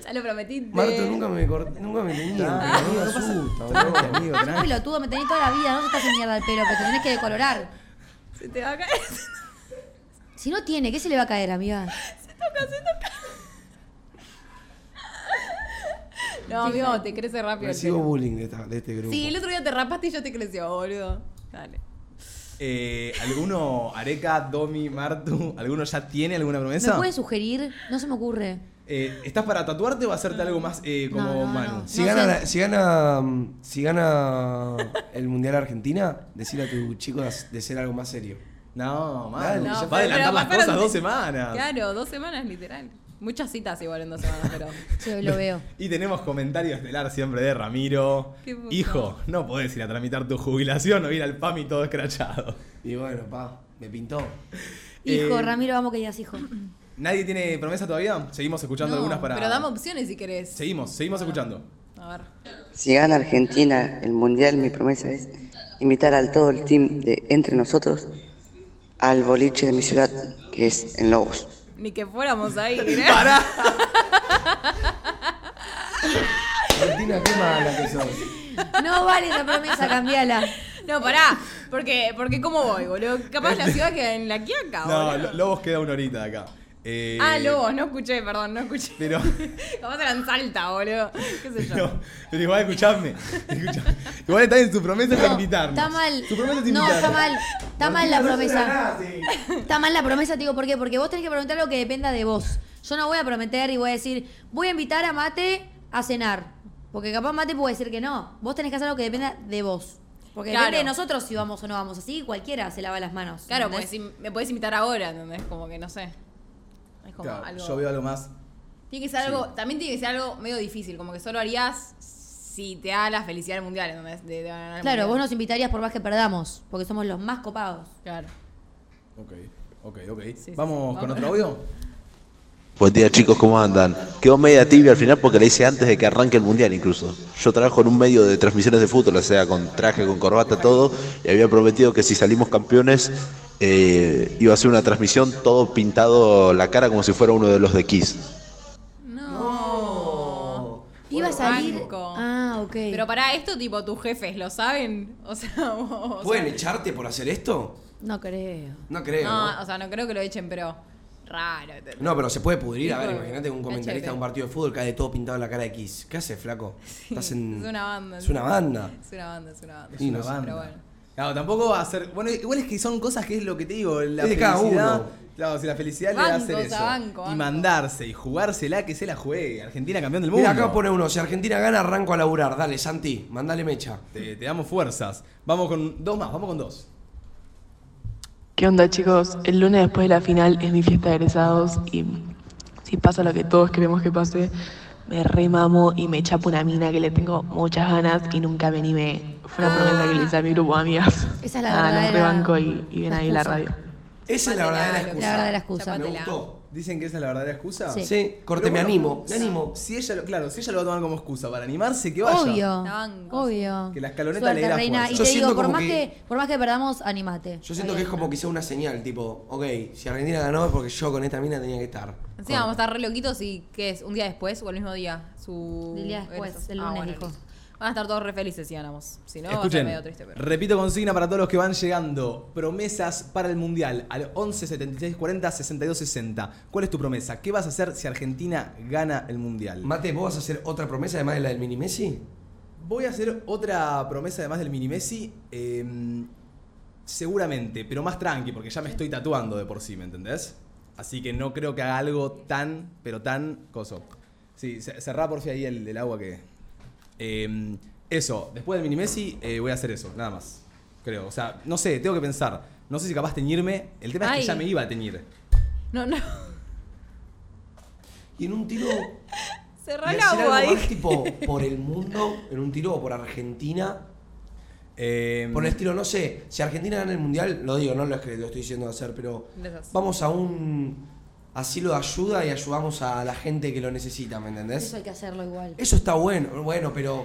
S2: Ya lo prometiste.
S3: Marto, nunca me corté, nunca me teñía.
S1: Tranqui,
S3: amigo,
S1: Ah, no pasa-
S3: asusta,
S1: tranqui,
S3: boludo.
S1: amigo,
S4: Sos
S1: tranqui.
S4: pelotudo, me tenés toda la vida, no se te hace mierda el pelo, pero te tenés que decolorar.
S2: Se te va a caer.
S4: Si no tiene, ¿qué se le va a caer, amiga?
S2: No, amigo, te crece rápido. el
S3: Recibo
S2: pelo.
S3: bullying de, esta- de este grupo.
S2: Sí, el otro día te rapaste y yo te creció, boludo. Dale.
S1: Eh, ¿Alguno, Areca, Domi, Martu, alguno ya tiene alguna
S4: ¿Me
S1: promesa?
S4: pueden sugerir? No se me ocurre.
S1: Eh, ¿Estás para tatuarte o hacerte algo más eh, como
S4: No, no,
S1: Manu?
S4: no.
S3: Si,
S4: No
S3: gana,
S4: sé.
S3: la- si, gana, mm, si gana el Mundial Argentina, decirle a tu chico de hac- de ser algo más serio.
S1: No,
S3: Dale,
S1: Manu,
S3: No,
S1: va a adelantar las
S2: pasaron-
S1: cosas dos semanas.
S2: Claro, dos semanas, literal. Muchas citas igual en dos semanas, pero.
S4: Sí, lo veo.
S1: Y tenemos comentario estelar siempre de Ramiro.
S2: Qué puto.
S1: Hijo, no podés ir a tramitar tu jubilación o ir al PAMI todo escrachado.
S3: Y bueno, pa, me pintó.
S4: Hijo,
S1: Eh,
S4: Ramiro, vamos que digas hijo.
S1: ¿Nadie tiene promesa todavía? Seguimos escuchando
S2: No,
S1: algunas para.
S2: Pero dame opciones si querés.
S1: Seguimos, seguimos escuchando.
S2: A ver.
S11: Si gana Argentina el Mundial, mi promesa es invitar al todo el team de Entre Nosotros al boliche de mi ciudad, que es en Lobos.
S2: Ni que fuéramos ahí, ¿eh?
S1: ¡Para!
S3: Argentina, qué mala que sos.
S4: No vale esa promesa, cambiala.
S2: No, pará. Porque, porque ¿cómo voy, boludo? Capaz la ciudad queda en la quiaca,
S1: No,
S2: boludo.
S1: Lo- Lobos queda una horita de acá. Eh,
S2: Ah, lobos, no escuché, perdón, no escuché.
S1: Pero-
S2: Capaz era en salta, boludo. ¿Qué sé yo?
S1: Pero, pero igual escuchadme. escuchadme. Igual está en su promesa es
S4: No,
S1: invitarnos.
S4: Está mal.
S1: Su promesa es
S4: No,
S1: invitarnos.
S4: está mal. Está mal la promesa. Está mal la promesa, te digo, ¿por qué? Porque vos tenés que prometer algo que dependa de vos. Yo no voy a prometer y voy a decir, voy a invitar a Mate a cenar. Porque capaz Mate puede decir que no. Vos tenés que hacer algo que dependa de vos. Porque
S2: Claro.
S4: depende de nosotros si vamos o no vamos. Así cualquiera se lava las manos.
S2: Claro, porque
S4: ¿entendés?
S2: si me podés invitar ahora, ¿entendés? Como que no sé. Es como
S1: Claro,
S2: algo.
S1: Yo veo algo más.
S2: Tiene que ser algo, también tiene que ser algo medio difícil, como que solo harías si te da la felicidad del mundial, ¿entendés? De, de ganar el
S4: Claro, vos
S2: mundial.
S4: nos invitarías por más que perdamos. Porque somos los más copados.
S2: Claro.
S1: Ok, ok, ok.
S2: sí,
S1: Vamos
S2: sí.
S1: con
S2: Vamos.
S1: otro audio.
S12: Buen día chicos, ¿cómo andan? Quedó media tibia al final porque la hice antes de que arranque el mundial incluso. Yo trabajo en un medio de transmisiones de fútbol, o sea, con traje, con corbata, todo, y había prometido que si salimos campeones eh, iba a hacer una transmisión todo pintado la cara como si fuera uno de los de Kiss.
S2: No.
S4: Iba a salir.
S2: banco.
S4: Ah, ok.
S2: Pero para esto, tipo, tus jefes lo saben. O sea, vos.
S3: ¿Pueden echarte por hacer esto?
S4: No creo.
S3: No creo.
S2: No,
S3: No,
S2: o sea, no creo que lo echen, pero. Raro.
S3: eh, No, pero se puede pudrir. A ver,
S2: Hijo,
S3: imagínate que un
S2: cachete.
S3: comentarista de un partido de fútbol cae todo pintado en la cara de Kiss. ¿Qué haces, flaco? Estás en...
S2: es una banda.
S3: Es una banda.
S2: Es una banda, es una banda.
S1: Es
S3: Y
S1: una
S3: nos-
S1: banda.
S2: pero bueno.
S1: Claro, tampoco va a ser. Bueno, igual es que son cosas que es lo que te digo. La
S3: Es de cada
S1: felicidad.
S3: uno.
S1: Claro, si la felicidad le va a
S2: Banco,
S1: hacer
S2: o
S1: eso.
S2: sea, banco,
S1: Y
S2: banco.
S1: mandarse y jugársela, que se la juegue. Argentina campeón del mundo.
S3: Mira, acá pone uno. Si Argentina gana, arranco a laburar. Dale, Santi, mandale mecha.
S1: te, te damos fuerzas. Vamos con dos más, vamos con dos.
S10: ¿Qué onda chicos? El lunes después de la final es mi fiesta de egresados y si pasa lo que todos queremos que pase, me remamo y me chapo una mina que le tengo muchas ganas y nunca me animé. Fue una promesa que le hice a mi grupo de amigas.
S4: Esa es la
S10: Nada, las
S4: verdadera-
S10: rebanco y, y ven ahí la
S4: excusa.
S10: radio.
S3: Esa es la verdadera
S2: Chapatela,
S3: excusa.
S4: La verdadera excusa.
S3: Me
S2: Chapatela.
S3: gustó.
S1: Dicen que esa es la verdadera excusa.
S4: Sí.
S3: Sí, corte,
S1: Pero
S3: me
S1: bueno,
S3: animo. Me
S1: si-
S3: animo.
S1: Si ella, lo- claro, si ella lo va a tomar como excusa para animarse, que vaya.
S4: Obvio.
S2: La banco,
S4: obvio.
S1: Que la escaloneta
S4: Suerte,
S1: le da
S4: reina.
S1: fuerza.
S4: Y
S3: Yo
S4: te
S3: siento
S4: digo, por
S3: como
S4: más que...
S3: que-
S4: por más que perdamos, animate.
S3: Yo siento que es como quizá una señal, tipo, ok, si Argentina ganó es porque yo con esta mina tenía que estar.
S2: Sí, vamos a estar re loquitos y ¿qué es? ¿Un día después o el mismo día? Su...
S4: El día después,
S2: egreso.
S4: el lunes, dijo.
S2: listo. Van a estar todos re felices si ganamos. Si no, va a estar
S1: Escuchen,
S2: medio triste. Pero...
S1: repito consigna para todos los que van llegando. Promesas para el Mundial al 11 76 40 62 60. ¿Cuál es tu promesa? ¿Qué vas a hacer si Argentina gana el Mundial?
S3: Mate, ¿vos vas a hacer otra promesa además de la del mini Messi?
S1: Voy a hacer otra promesa además del mini Messi. eh, seguramente, pero más tranqui, porque ya me estoy tatuando de por sí, ¿me entendés? Así que no creo que haga algo tan, pero tan coso. Sí, ce- cerrá por si ahí el, el agua que. Eh, eso, después del mini Messi eh, voy a hacer eso, nada más. Creo, o sea, no sé, tengo que pensar. No sé si capaz teñirme. El tema es
S2: Ay.
S1: que ya me iba a teñir.
S2: No, no.
S3: Y en un tiro.
S2: Cerrá
S3: y
S2: el
S3: hacer
S2: agua
S3: algo
S2: ahí.
S3: más, tipo por el mundo, en un tiro o por Argentina.
S1: Em,
S3: por el estilo, no sé, si Argentina gana el mundial, lo digo, no lo es que lo estoy diciendo de hacer, pero vamos a un asilo de ayuda y ayudamos a la gente que lo necesita, ¿me entendés?
S4: Eso hay que hacerlo igual.
S3: Eso está bueno, bueno, pero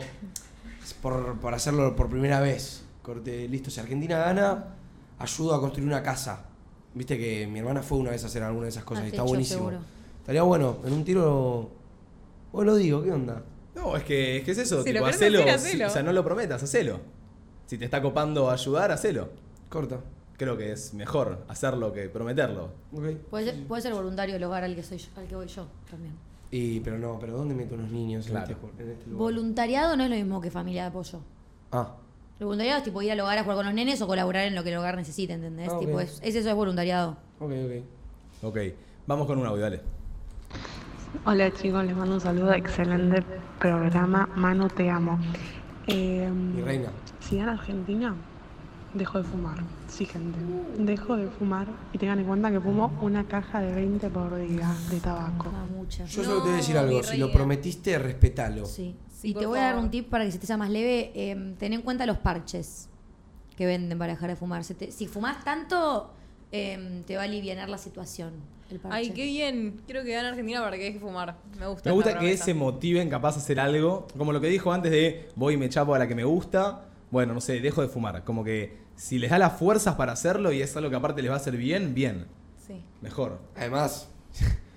S3: es por, por hacerlo por primera vez. Corte, listo. Si Argentina gana, ayudo a construir una casa. Viste que mi hermana fue una vez a hacer alguna de esas cosas
S4: Ah,
S3: y está
S4: techo,
S3: buenísimo.
S4: seguro.
S3: Estaría bueno, en un tiro. Vos lo digo, ¿qué onda?
S1: No, es que es, que es eso,
S3: Si lo
S1: tipo,
S3: querés
S1: hacelo.
S3: hacer,
S1: sí,
S3: hacelo.
S1: o sea, no lo prometas, hacelo. Si te está copando ayudar, hacelo.
S3: Corta.
S1: Creo que es mejor hacerlo que prometerlo.
S4: Puede ser, puede ser voluntario el hogar al que, soy yo- al que voy yo también.
S3: Y, pero no, pero ¿dónde meto unos niños en
S1: Claro.
S3: este ju- en este lugar?
S4: Voluntariado no es lo mismo que familia de apoyo.
S3: Ah,
S4: El voluntariado es tipo ir al hogar a jugar con los nenes o colaborar en lo que el hogar necesite, ¿entendés?
S3: Ah, ok.
S4: Tipo, es, es eso es voluntariado.
S3: ok, ok.
S1: Ok, vamos con un audio, dale.
S10: Hola chicos, les mando un saludo. Excelente programa. Manu, te amo. Eh,
S3: Mi reina.
S10: Si gana Argentina, dejo de fumar. Sí, gente. Dejo de fumar y tengan en cuenta que fumo una caja de 20 por día de tabaco.
S3: Yo solo te voy a decir algo. Si lo prometiste, respetalo.
S4: Sí. y te voy a dar un tip para que se te sea más leve. eh, ten en cuenta los parches que venden para dejar de fumar. Se te- si fumás tanto, eh, te va a aliviar la situación. El parche.
S2: Ay, qué bien. Quiero que gane Argentina para que deje fumar. Me gusta.
S1: Me
S2: esta
S1: gusta que
S2: promesa.
S1: se motiven capaz a hacer algo, como lo que dijo antes de voy y me chapo a la que me gusta, bueno, no sé, dejo de fumar. Como que si les da las fuerzas para hacerlo y es algo que aparte les va a hacer bien, bien,
S2: Sí.
S1: mejor.
S3: Además.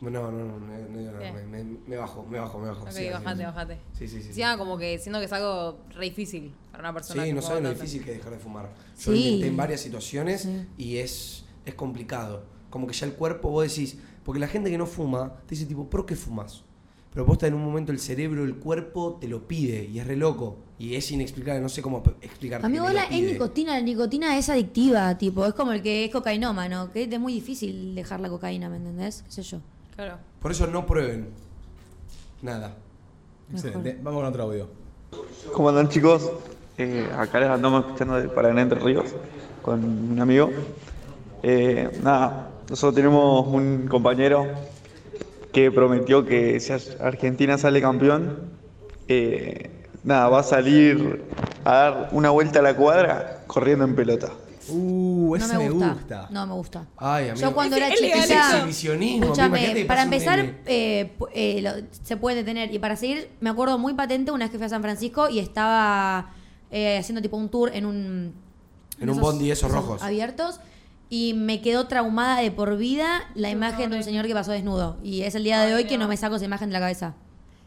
S3: No, no, no, no, no, no, no,
S2: ¿Qué?
S3: me, me- me bajo, me bajo, me bajo.
S2: Ok,
S3: sí,
S2: bajate,
S3: sí.
S2: bajate.
S3: Sí, sí, sí.
S2: Sí, ah, como que siento que es algo re difícil para una persona.
S3: Sí,
S2: que
S3: no
S2: fuma
S3: saben lo
S2: tanto.
S3: difícil que es dejar de fumar. Yo lo
S2: Sí.
S3: intenté en varias situaciones y es, es complicado. Como que ya el cuerpo, vos decís, porque la gente que no fuma te dice tipo, ¿por qué fumas? Pero posta en un momento el cerebro, el cuerpo te lo pide y es re loco. Y es inexplicable, no sé cómo pe- explicarte.
S4: Amigo,
S3: que te lo
S4: la, es
S3: pide.
S4: nicotina, la nicotina es adictiva, tipo, es como el que es cocainómano, que es muy difícil dejar la cocaína, ¿me entendés? ¿Qué sé yo?
S2: Claro.
S3: Por eso no prueben. Nada.
S1: Excelente, vamos con otro audio.
S13: ¿Cómo andan chicos? Eh, acá les andamos escuchando de Paraná Entre Ríos con un amigo. Eh, nada, nosotros tenemos un compañero que prometió que si Argentina sale campeón, eh, nada, va a salir a dar una vuelta a la cuadra corriendo en pelota.
S1: Uh,
S4: No
S1: esa
S4: me
S1: me
S4: gusta.
S1: gusta.
S4: No, me gusta.
S3: Ay,
S4: Yo cuando era
S3: Ese
S4: chiquita.
S3: exhibicionismo, imagínate
S4: Escúchame,
S3: que
S4: para
S3: pase un
S4: empezar,
S3: nene.
S4: eh, pu- eh, lo- se puede detener. Y para seguir, me acuerdo muy patente una vez que fui a San Francisco y estaba eh, haciendo tipo un tour en un.
S3: En un bondi de esos rojos.
S4: Abiertos. Y me quedó traumada de por vida la imagen de un señor que pasó desnudo. Y es el día de hoy que no me saco esa imagen de la cabeza.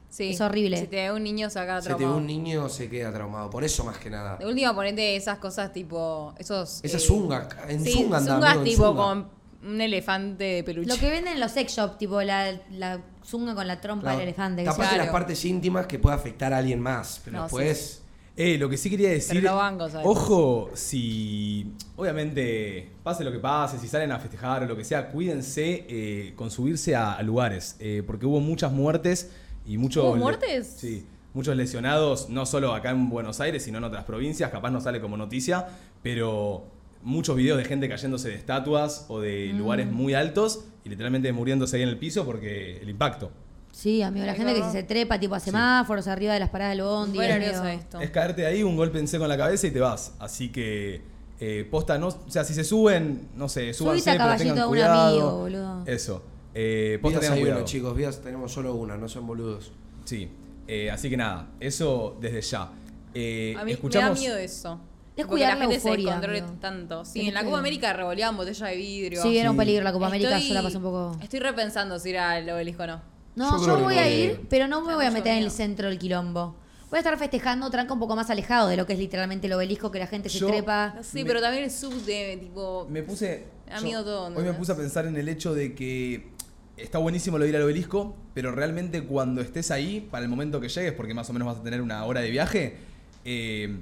S2: Sí.
S4: Es horrible.
S2: Si te ve un niño, saca
S3: Se te ve
S2: traumado.
S3: un niño, se queda traumado. Por eso más que nada.
S2: De última, ponete esas cosas tipo. Esos.
S3: Esa
S2: eh,
S3: zunga, en
S2: sí,
S3: zunga anda,
S2: zungas
S3: amigo, en
S2: tipo
S3: zunga.
S2: con un elefante de peluche.
S4: Lo que venden en los sex shops, tipo la, la zunga con la trompa
S3: Claro.
S4: del elefante. que
S3: Capaz
S4: se-
S3: de las partes íntimas que puede afectar a alguien más. Pero
S4: No,
S3: después.
S1: Eh, lo que sí quería decir.
S2: lo banco, ¿sabes?
S1: Ojo, si. Obviamente, pase lo que pase, si salen a festejar o lo que sea, cuídense eh, con subirse a, a lugares. eh, porque hubo muchas muertes y muchos.
S2: ¿Hubo
S1: le-
S2: muertes?
S1: Sí. Muchos lesionados, no solo acá en Buenos Aires, sino en otras provincias. Capaz no sale como noticia, pero muchos videos de gente cayéndose de estatuas o de
S4: Mm.
S1: lugares muy altos y literalmente muriéndose ahí en el piso porque el impacto.
S4: Sí, amigo, la
S2: Ay,
S4: gente que
S2: verdad.
S4: se trepa tipo a semáforos arriba de las paradas del bondi.
S2: Fue
S4: es
S2: nervioso
S4: medio-
S2: esto.
S1: Es caerte ahí, un golpe en seco en la cabeza y te vas. Así que, eh, posta, no, o sea, si se suben, no sé, suban
S4: Subite a
S1: pero
S4: caballito
S1: tengan
S4: a un
S1: cuidado.
S4: amigo, boludo.
S1: Eso. Eh, posta,
S3: Vidas
S1: tengan
S3: hay
S1: cuidado.
S3: uno, chicos. Vidas tenemos solo una, no son boludos.
S1: Sí. Eh, así que nada, eso desde ya. Eh,
S2: A mí
S1: escuchamos.
S2: me da miedo eso.
S4: Es
S2: Porque
S4: cuidar la
S2: gente
S4: euforia,
S2: se descontrole
S4: amigo.
S2: tanto. Sí,
S4: Tenés
S2: en la
S4: que-
S2: Copa América revoleaban botella de vidrio.
S4: Sí, era un peligro la Copa América,
S2: Estoy-
S4: yo la pasé un poco.
S2: Estoy repensando si ir al obelisco o no.
S4: No,
S2: Yo
S4: yo,
S2: creo que
S4: voy
S2: no
S4: a
S2: voy a
S4: ir, pero no me voy a meter en el centro del quilombo. voy a estar festejando tranca un poco más alejado de lo que es literalmente el obelisco, que la gente se
S1: Yo-
S4: trepa.
S2: No sé, pero también el subte, tipo.
S1: Me puse.
S2: Amigo
S1: yo-
S2: todo. ¿no?
S1: Hoy me puse a pensar en el hecho de que está buenísimo lo de ir al obelisco, pero realmente cuando estés ahí, para el momento que llegues, porque más o menos vas a tener una hora de viaje, eh,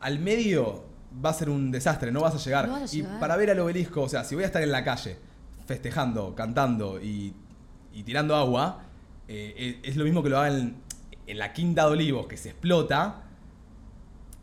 S1: al medio va a ser un desastre, no vas a llegar.
S7: No vas a llegar.
S1: Y para ver al obelisco, o sea, si voy a estar en la calle festejando, cantando y, y tirando agua, eh, es, es lo mismo que lo hagan en la quinta de Olivos, que se explota.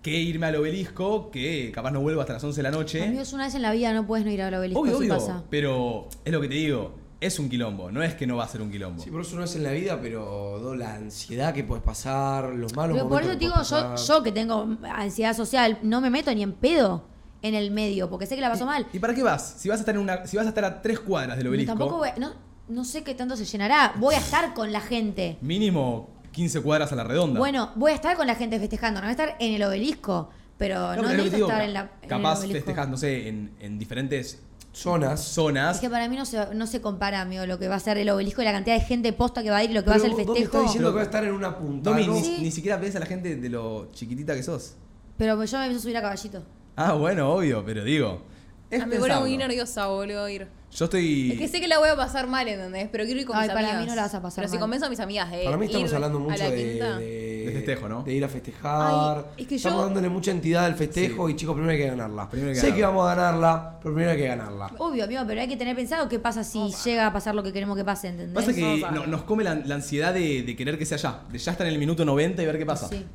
S1: Que irme al obelisco, que capaz no vuelvo hasta las 11 de la noche.
S4: Amigos, una vez en la vida no puedes no ir al obelisco,
S1: Obvio,
S4: eso
S1: obvio.
S4: pasa.
S1: Pero es lo que te digo, es un quilombo, no es que no va a ser un quilombo.
S3: Sí, por eso no es en la vida, pero do, la ansiedad que puedes pasar, los malos
S4: Pero por
S3: momentos
S4: eso te
S3: que
S4: digo,
S3: podés
S4: yo,
S3: pasar.
S4: yo que tengo ansiedad social, no me meto ni en pedo en el medio, porque sé que la paso mal.
S1: ¿Y para qué vas? Si vas a estar en una, si vas a estar a tres cuadras del
S4: Pero
S1: obelisco,
S4: Tampoco voy- no, no sé qué tanto se llenará. Voy a estar con la gente.
S1: mínimo 15 cuadras a la redonda.
S4: Bueno, voy a estar con la gente festejando, no voy a estar en el obelisco, pero
S1: pero es
S4: no,
S1: lo que te
S4: necesito
S1: digo,
S4: estar
S1: ca-
S4: en la en el
S1: capaz
S4: obelisco.
S1: festejas, no sé, en, en diferentes
S3: zonas.
S4: Es
S1: zonas.
S4: que para mí no se, no se compara, amigo, lo que va a ser el obelisco y la cantidad de gente posta que va a ir, lo que va a
S3: Pero
S4: ser el
S3: vos- vos me
S4: festejo.
S3: estás diciendo que va a estar en una punta.
S1: Domi,
S3: ¿no?
S1: ni, ni siquiera ves a la gente de lo chiquitita que sos.
S4: Pero pues yo me empiezo a subir a caballito.
S1: Ah, bueno, obvio, pero digo, es
S2: Ah, me pone muy
S1: pensarlo.
S2: nerviosa, boludo, ir.
S1: yo estoy
S2: Es que sé que la voy a pasar mal, ¿entendés? Pero quiero ir con
S4: Ay,
S2: mis
S4: para
S2: amigas.
S4: mí no la vas a pasar
S2: Pero si
S4: mal.
S2: convenzo a mis amigas de
S3: Para mí estamos
S2: ir
S3: hablando
S2: a
S3: mucho
S2: la
S3: de,
S2: quinta.
S3: de-
S1: festejo, ¿no?
S3: de ir a festejar.
S2: Ay, es que
S3: estamos
S2: yo-
S3: dándole mucha entidad al festejo y chicos, primero hay que ganarla.
S1: hay que
S3: sé que
S1: ganarla.
S3: vamos a ganarla, pero primero hay que ganarla.
S4: Obvio, amigo, pero hay que tener pensado qué pasa si llega a pasar lo que queremos que pase, ¿entendés?
S1: Pasa que no- nos come la, la ansiedad de, de querer que sea ya, de ya estar en el minuto 90 y ver qué pasa.
S4: Sí.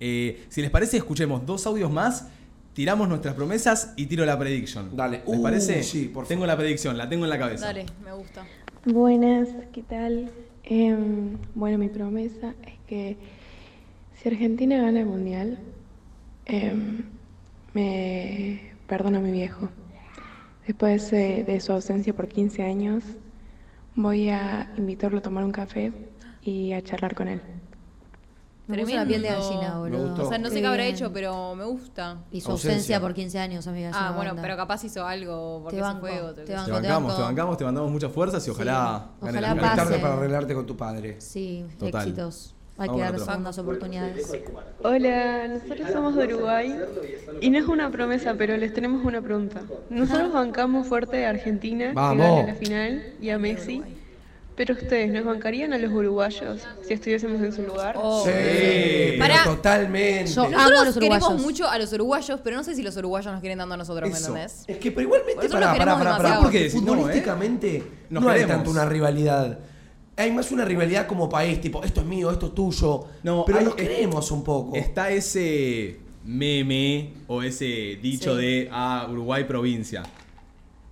S1: Eh, si les parece, escuchemos dos audios más, tiramos nuestras promesas y tiro la prediction. Dale. ¿Les
S3: Uh,
S1: parece?
S3: sí,
S1: Tengo la predicción, la tengo en la cabeza.
S2: Dale, me gusta.
S14: Buenas, ¿qué tal? Em, bueno, mi promesa es que si Argentina gana el mundial, em, me perdono a mi viejo. Después eh, de su ausencia por 15 años, voy a invitarlo a tomar un café y a charlar con él.
S4: Me puso la piel de gallina, boludo.
S2: O sea, no sé qué
S4: Eh,
S2: habrá hecho, pero me gusta.
S4: Y su ausencia por 15 años, amiga. es
S2: Ah,
S4: una
S2: bueno,
S4: banda.
S2: pero capaz hizo algo porque
S4: Te
S2: se
S4: banco,
S2: fue otro.
S4: te
S1: Te
S4: banco,
S1: bancamos,
S4: banco.
S1: te bancamos, te mandamos muchas fuerzas y ojalá
S4: Sí,
S1: gane la
S4: ojalá
S1: Argentina.
S4: pase.
S3: Tarde para arreglarte con tu padre.
S4: Sí,
S1: Total.
S4: éxitos. Hay
S1: Vamos
S4: que dar
S1: nosotros.
S4: segundas oportunidades.
S15: Hola, nosotros somos de Uruguay y no es una promesa, pero les tenemos una pregunta. Nosotros bancamos fuerte a Argentina, que
S3: Vamos.
S15: gana la final, y a Messi, pero ustedes, ¿nos bancarían a los uruguayos si estuviésemos en su lugar?
S3: Sí, pero
S2: Pará.
S3: totalmente.
S2: Oh, Nosotros queremos mucho a los uruguayos, pero no sé si los uruguayos nos quieren tanto a nosotros, ¿me
S3: Eso.
S2: entendés?
S3: Es que, pero igualmente,
S2: Nosotros los queremos demasiado.
S3: porque futbolísticamente no,
S1: Nos
S3: hay
S1: queremos.
S3: tanto una rivalidad. Hay más una rivalidad como país, tipo, esto es mío, esto es tuyo.
S1: No,
S3: pero
S1: hay-
S3: nos queremos un poco.
S1: Está ese meme o ese dicho
S2: Sí.
S1: de ah, Uruguay provincia.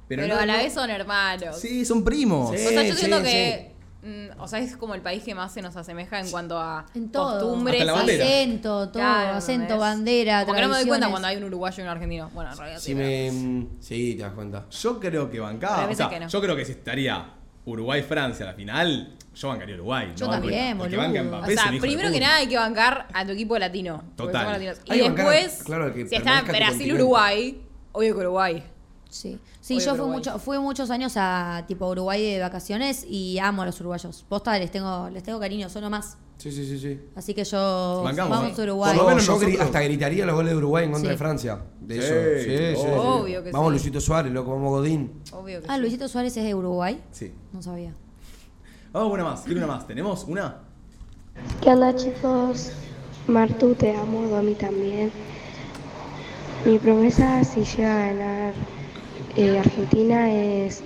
S2: Pero,
S1: no-
S2: a la
S1: no-
S2: vez son hermanos.
S1: Sí, son primos.
S2: o sea, yo siento que. mm, o sea, es como el país que más se nos asemeja en cuanto a
S4: Todo.
S2: costumbres.
S4: acento, todo,
S2: Claro,
S4: acento,
S2: ¿entendés?
S4: bandera,
S2: Porque no me doy cuenta
S4: tradiciones.
S2: cuando hay un uruguayo y un argentino. Bueno, en realidad sí.
S3: Si
S1: mm,
S3: me. Sí, te das cuenta.
S1: Yo creo que
S2: Pero a
S1: bancaba. O
S2: veces
S1: sea,
S2: que no.
S1: Yo creo que si estaría Uruguay-Francia a la final, yo bancaría a Uruguay.
S4: Yo
S1: no banco-
S4: también,
S1: el que
S4: boludo.
S1: banca a
S2: O
S1: Mbappé es
S2: sea,
S1: un hijo de
S2: primero que
S1: puta.
S2: nada hay que bancar a tu equipo latino. porque
S1: Total.
S2: somos latinos.
S1: Hay
S2: Y
S1: que bancar a-
S2: después,
S1: claro, que
S2: si está
S1: permanezca tu continente.
S2: Brasil-Uruguay, obvio que Uruguay.
S4: Sí. Sí,
S2: Obvio que
S4: yo fui,
S2: Uruguay.
S4: mucho, fui muchos años a tipo Uruguay de vacaciones y amo a los uruguayos. Posta, les tengo, les tengo cariño, son nomás.
S3: Sí, sí, sí, sí.
S4: Así que yo
S3: Bancamos,
S4: vamos
S3: ¿eh?
S4: a Uruguay.
S3: Por lo menos yo gri- hasta gritaría los goles de Uruguay en contra
S4: Sí.
S3: de Francia. De
S1: Sí,
S3: eso. Sí, sí, sí.
S4: obvio que
S3: Vamos,
S4: sí.
S3: Luisito Suárez, loco, vamos, Godín.
S2: Obvio que
S4: Ah,
S2: sí.
S4: Luisito Suárez es de Uruguay.
S1: Sí.
S4: No sabía.
S1: Vamos una más, quiero una más. ¿Tenemos una?
S16: ¿Qué onda chicos? Martu, te amo, Domi también. Mi promesa si llega a ganar eh, Argentina es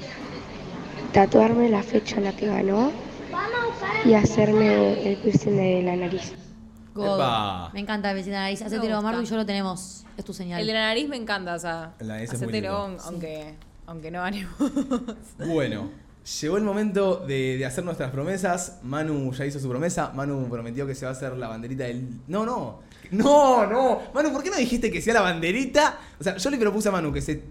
S16: tatuarme la fecha en la que ganó y hacerme el piercing de la nariz.
S4: Godo.
S1: Epa.
S4: Me encanta el vecino de nariz. Hacete
S2: gusta.
S4: lo Mardu y yo lo tenemos. Es tu señal.
S2: El de la nariz me encanta, o sea.
S1: El de la nariz es muy
S2: hacértelo,
S1: lindo.
S2: aunque, aunque no ganemos.
S1: Bueno, llegó el momento de, de hacer nuestras promesas. Manu ya hizo su promesa. Manu prometió que se va a hacer la banderita del. No, no. No, no. Manu, ¿por qué no dijiste que sea la banderita? O sea, yo le propuse a Manu que se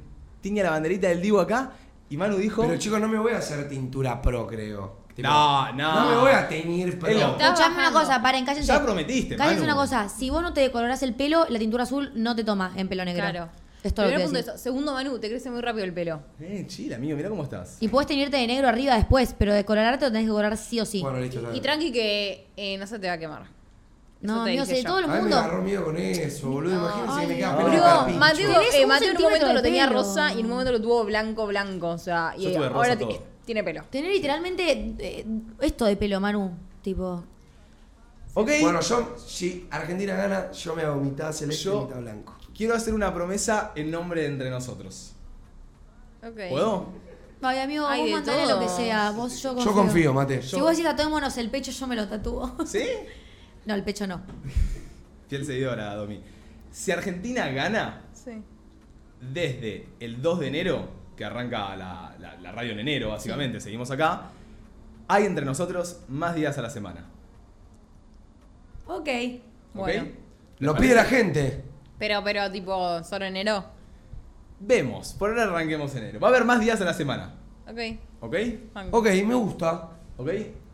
S1: tiña la banderita del Divo acá. Y Manu dijo.
S3: Pero chicos, no me voy a hacer tintura pro, creo. Tipo,
S1: No, no.
S3: No me voy a teñir pro.
S1: Es lo-
S4: Escuchame una cosa, paren, cállense.
S1: Ya prometiste,
S4: Cállense
S1: Manu.
S4: una cosa. Si vos no te decolorás el pelo, la tintura azul no te toma en pelo negro.
S2: Claro.
S4: Es todo lo que
S2: Primero
S4: voy a
S2: punto
S4: decir.
S2: eso. Segundo, Manu, te crece muy rápido el pelo.
S1: Eh, chila, amigo, mira cómo estás.
S4: Y puedes teñirte de negro arriba después, pero decolorarte lo tenés que colorar sí o sí.
S1: Bueno, listo, ya.
S2: Y tranqui que eh, no se te va a quemar. Eso
S4: No,
S2: te
S4: mío,
S2: dije
S4: sé de
S2: yo.
S4: todo el
S3: A mí me
S4: mundo.
S3: agarró miedo con eso, boludo. Imagínense que me queda
S2: Ah, Boludo,
S3: pelo cada pincho.
S2: Mateo,
S4: Tenés
S2: eh,
S4: un
S2: Mateo en un
S4: centímetro
S2: momento
S4: de
S2: lo tenía
S4: pelo.
S2: rosa y en un momento lo tuvo blanco, blanco. O sea, y eh,
S4: Yo tuve rosa
S2: ahora
S4: todo.
S2: tiene pelo.
S4: Tener literalmente eh, esto de pelo, Manu. Tipo.
S3: Bueno, yo, si Argentina gana, yo me hago mitad celeste y mitad blanco.
S1: Quiero hacer una promesa en nombre de entre nosotros. ¿Puedo?
S4: Ay, amigo,
S2: Hay
S4: vos
S2: de
S4: mandale
S2: todo.
S4: lo que sea. Vos, yo confío.
S3: confío, Mate.
S4: Si
S1: Yo-
S4: vos decís tatuémonos el pecho, yo me lo tatúo.
S1: ¿Sí?
S4: No, el pecho no.
S1: Fiel seguidora, Domi. Si Argentina gana,
S2: Sí.
S1: desde el 2 de enero, que arranca la, la- la radio en enero, básicamente, seguimos acá, hay entre nosotros más días a la semana.
S4: Ok.
S2: Bueno.
S1: ¿ok?
S3: Lo pide la gente.
S2: Pero, pero, tipo, solo enero.
S1: Vemos, por ahora arranquemos enero. Va a haber más días a la semana,
S2: Ok.
S1: ¿ok?
S2: Banco.
S3: Ok, me gusta.
S1: ¿Ok?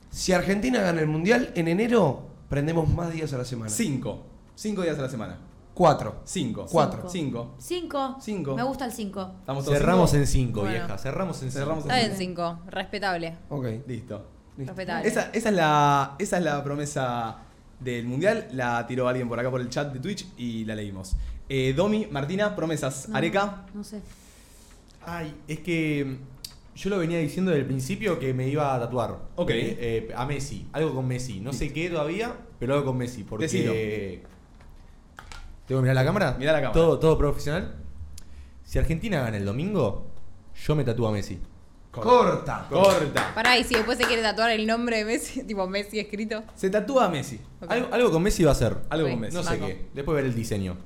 S3: Si Argentina gana el mundial, en enero prendemos más días a la semana.
S1: Cinco. Cinco días a la semana.
S3: Cuatro.
S1: Cinco.
S3: Cuatro.
S1: Cinco.
S4: Cinco.
S1: Cinco.
S4: Me gusta el cinco.
S1: Estamos todos
S7: Cerramos
S1: cinco.
S7: en 5,
S2: Bueno.
S7: vieja. Cerramos en 5.
S1: Cerramos
S2: Está bien, cinco. Respetable.
S3: Ok.
S1: Listo.
S2: Respetable.
S1: Esa, esa es la, esa es la promesa del mundial. La tiró alguien por acá por el chat de Twitch y la leímos. Eh, Domi, Martina, promesas.
S4: No,
S1: Areca.
S4: No sé.
S7: Ay, es que mm, yo lo venía diciendo desde el principio que me iba a tatuar.
S1: Ok.
S7: Eh, eh, a Messi, algo con Messi. No sé qué todavía, pero algo con Messi. Porque.
S1: Decilo.
S7: ¿Tengo que mirar la cámara?
S1: Mirá la cámara.
S7: Todo, todo profesional. Si Argentina gana el domingo, yo me tatúo a Messi.
S3: Corta.
S1: Corta.
S2: Pará, y si después se quiere tatuar el nombre de Messi, tipo Messi escrito.
S1: Se tatúa a Messi.
S2: Ok.
S7: Algo, algo con Messi va a ser.
S1: Algo
S2: Ok,
S1: con Messi.
S7: No sé
S2: banco.
S7: qué. Después ver el diseño.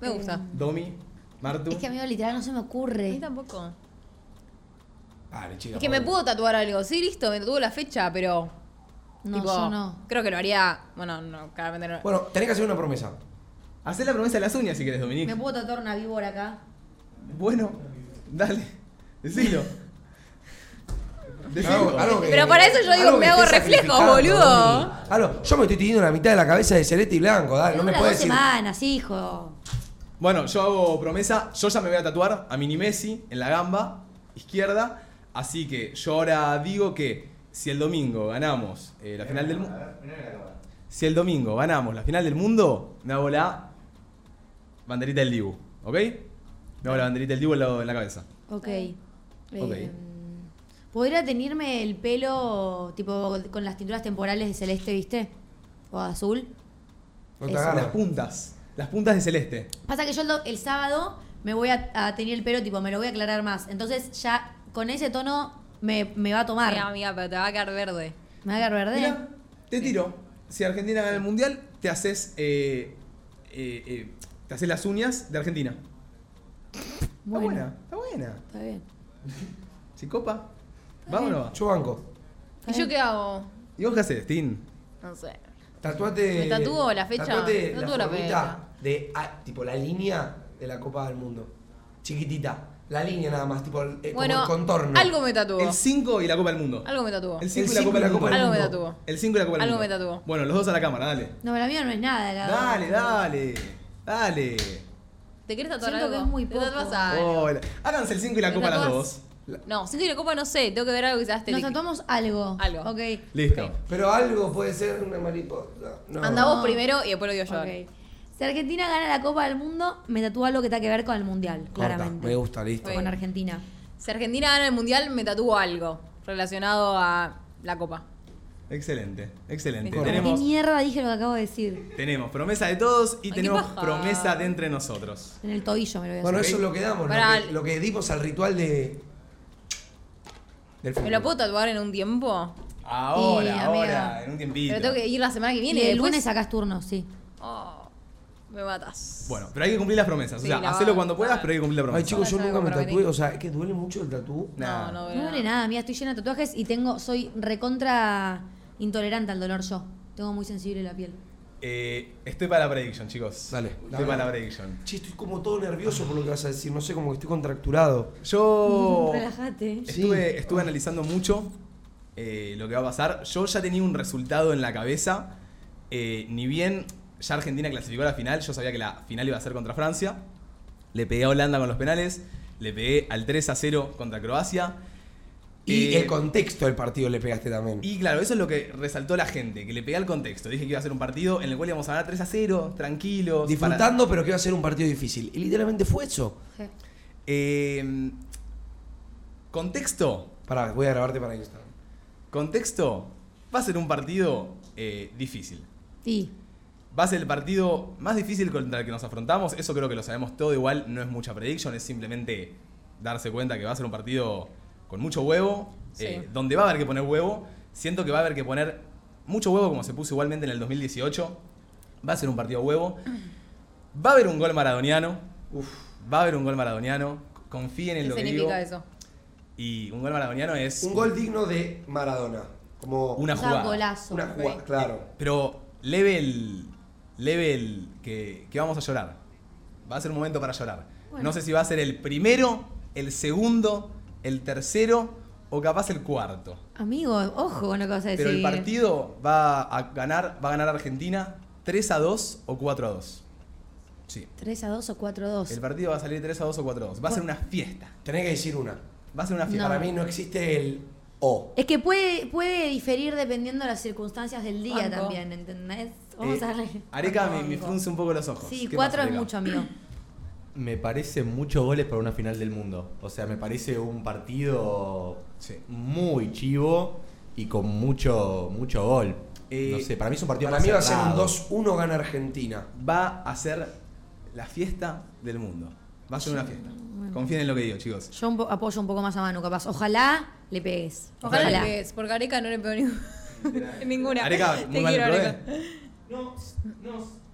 S2: Me gusta.
S1: Domi, Martu.
S4: Es que, amigo, literal no se me ocurre.
S2: A mí tampoco.
S3: Dale, chica.
S2: Es que me pudo tatuar algo. Sí, listo, me tatuó la fecha, pero.
S4: No,
S2: tipo,
S4: yo no.
S2: Creo que lo haría. Bueno, no, claramente no.
S3: Bueno, tenés que hacer una promesa.
S1: Hacé la promesa de las uñas si querés, Dominique.
S4: Me puedo tatuar una víbora acá.
S1: Bueno, dale. Decilo. Decilo.
S3: Algo- algo que-
S2: Pero para eso yo digo,
S3: algo
S2: me
S3: que
S2: hago
S3: esté
S2: reflejos,
S3: sacrificando,
S2: boludo.
S3: Domi. Algo- yo me estoy teniendo la mitad de la cabeza de celeste y blanco, dale, Ah, no me
S4: Dura
S3: puedes
S4: dos
S3: decir.
S4: semanas, hijo.
S1: Bueno, yo hago promesa. Yo ya me voy a tatuar a Mini Messi en la gamba izquierda. Así que yo ahora digo que si el domingo ganamos eh, la final del mundo. Si el domingo ganamos la final del mundo, me hago la banderita del Dibu. ¿Ok? Me hago la banderita del Dibu en la, en la cabeza.
S4: Ok.
S1: Ok.
S4: Eh, ¿Podría tenerme el pelo tipo con las tinturas temporales de celeste, viste? O azul.
S3: No te
S4: Eso.
S3: agarra.
S1: Las puntas. Las puntas de celeste.
S4: Pasa que yo el, do- el sábado me voy a, a tener el pelo, tipo, me lo voy a aclarar más. Entonces ya con ese tono me, me va a tomar.
S2: Mira, amiga, pero te va a quedar verde.
S4: Me va a quedar verde.
S1: Mirá, te tiro. Si Argentina gana el mundial, te haces. eh, eh, eh, te haces las uñas de Argentina. Está
S4: Bueno,
S1: buena, está buena.
S4: Está bien.
S1: Si copa, vámonos.
S3: Yo banco.
S2: ¿Y
S4: Eh.
S2: yo qué hago?
S1: ¿Y vos qué haces, Tin?
S2: No sé.
S3: Tatuate.
S2: ¿Me tatúo la fecha?
S3: Tatuate
S2: Tatúo la
S3: la
S2: fecha.
S3: formita de ah, tipo la línea de la Copa del Mundo. Chiquitita. La línea nada más, tipo el, eh, como
S2: Bueno,
S3: el contorno.
S2: algo me tatuó.
S1: El 5 y la Copa del Mundo.
S2: Algo me tatuó.
S1: El 5 y
S3: El
S1: la
S3: cinco
S1: Copa del Mundo.
S2: Algo me tatuó.
S1: El 5 y la Copa del
S2: Algo
S1: Mundo.
S2: me tatuó.
S1: Bueno, los dos a la cámara, dale.
S4: No, para mí no es nada. la-
S1: Dale, dale. Dale.
S2: ¿Te quieres tatuar
S4: Siento
S2: algo?
S4: que es muy
S2: ¿Te
S4: poco.
S2: tatuás algo?
S1: Hola. Háganse el 5 y Oh, la
S2: ¿Me
S1: copa las
S2: tatuás?
S1: dos.
S2: No, cinco y la copa no sé. Tengo que ver algo quizás te
S4: Nos tatuamos algo.
S2: Algo.
S4: Ok.
S1: Listo.
S3: Pero algo puede ser una mariposa. No.
S2: Anda vos
S4: No.
S2: primero y después lo digo yo.
S4: Ok. Si Argentina gana la Copa del Mundo, me tatúa algo que tenga que ver con el Mundial,
S3: Corta,
S4: claramente.
S3: me gusta, listo.
S4: Con Argentina.
S2: Si Argentina gana el mundial, me tatúo algo relacionado a la copa.
S1: Excelente, excelente.
S2: Corta.
S4: ¿Qué
S1: Tenemos,
S4: mierda dije lo que acabo de decir?
S1: tenemos promesa de todos y
S2: qué
S1: tenemos
S2: paja.
S1: promesa de entre nosotros.
S4: En el tobillo me lo voy a
S3: Bueno,
S4: hacer.
S3: eso es lo que damos, lo
S2: Pará.
S3: que, lo que dimos al ritual de. Del
S2: ¿Me
S3: fútbol.
S2: lo puedo tatuar en un tiempo?
S1: Ahora,
S4: Y,
S1: ahora,
S4: amiga,
S1: en un tiempito.
S2: Pero tengo que ir la semana que
S4: Y
S2: viene.
S4: el
S2: después-
S4: lunes sacás turno, sí.
S2: Oh, me matas.
S1: Bueno, pero hay que cumplir las promesas.
S2: Sí,
S1: o
S2: la
S1: sea, hacelo
S2: va-
S1: cuando puedas,
S2: va.
S1: pero hay que cumplir la promesa.
S3: Ay, chicos, yo
S2: Algo
S3: nunca me
S2: para
S3: tatué.
S2: venir.
S3: O sea, es que duele mucho el tatú.
S1: Nah.
S2: No, no,
S4: No duele nada, mira, estoy llena de tatuajes y tengo, soy recontra intolerante al dolor yo. Tengo muy sensible la piel.
S1: Eh, estoy para la prediction, chicos.
S3: Dale,
S1: Estoy
S3: dale.
S1: para la prediction.
S3: Che, estoy como todo nervioso por lo que vas a decir. No sé, como que estoy contracturado.
S1: Yo
S4: Relájate.
S1: estuve, estuve analizando mucho eh, lo que va a pasar. Yo ya tenía un resultado en la cabeza. Eh, ni bien ya Argentina clasificó a la final, yo sabía que la final iba a ser contra Francia. Le pegué a Holanda con los penales. Le pegué al 3 a 0 contra Croacia.
S3: Y
S1: Eh,
S3: el contexto del partido le pegaste también.
S1: Y claro, eso es lo que resaltó la gente, que le pegué al contexto. Dije que iba a ser un partido en el cual íbamos a ganar 3 a 0, tranquilos.
S3: Disfrutando, pero que iba a ser un partido difícil. Y literalmente fue eso.
S4: Sí.
S1: Eh, contexto.
S3: Pará, voy a grabarte para Instagram.
S1: Contexto. Va a ser un partido eh, difícil.
S4: Sí.
S1: Va a ser el partido más difícil contra el que nos afrontamos. Eso creo que lo sabemos todo igual. No es mucha prediction, es simplemente darse cuenta que va a ser un partido con mucho huevo,
S7: Sí.
S1: eh, donde va a haber que poner huevo. Siento que va a haber que poner mucho huevo como se puso igualmente en el 2018. Va a ser un partido huevo. Va a haber un gol maradoniano. Va a haber un gol maradoniano. Confíen en
S2: ¿Qué
S1: lo que digo.
S2: significa eso?
S1: Y un gol maradoniano es
S3: Un gol digno de Maradona. Como
S1: Una O sea, un jugada.
S4: golazo.
S3: Una jugada,
S4: Ok.
S3: claro.
S1: Pero level, level que, que vamos a llorar. Va a ser un momento para llorar.
S4: Bueno.
S1: No sé si va a ser el primero, el segundo, el tercero o capaz el cuarto.
S4: Amigo, ojo con lo que vas a decir.
S1: Pero el partido va a ganar, va a ganar Argentina 3 a 2 o 4 a 2. Sí.
S4: 3 a 2 o 4 a 2.
S1: El partido va a salir 3 a 2 o 4 a 2. Va a ser una fiesta.
S3: Tenés que decir una.
S1: Va a ser una fiesta.
S4: No. Para mí
S3: no existe el O.
S4: Es que puede, puede diferir dependiendo de las circunstancias del día
S2: Banco.
S4: también, ¿entendés? Vamos
S1: Eh,
S4: a darle.
S1: Areca me, me frunce un poco los ojos.
S4: Sí,
S1: ¿Qué
S4: 4
S1: pasa,
S4: es
S1: Areca?
S4: mucho, amigo.
S7: Me parece muchos goles para una final del mundo. O sea, me parece un partido muy chivo y con mucho, mucho gol. no sé, para mí es un partido
S3: Eh, Para
S7: más
S3: mí va a ser un
S7: cerrado.
S3: 2-1 gana Argentina.
S1: Va a ser la fiesta del mundo. Va a ser una fiesta. Confíen en lo que digo, chicos.
S4: Yo un po- apoyo un poco más a Manu, capaz. Ojalá le pegues.
S2: Ojalá, que es, porque Areca no le pegó ni- ninguna.
S7: Areca,
S2: Te
S7: muy mal
S2: quiero,
S7: probé.
S2: Areca.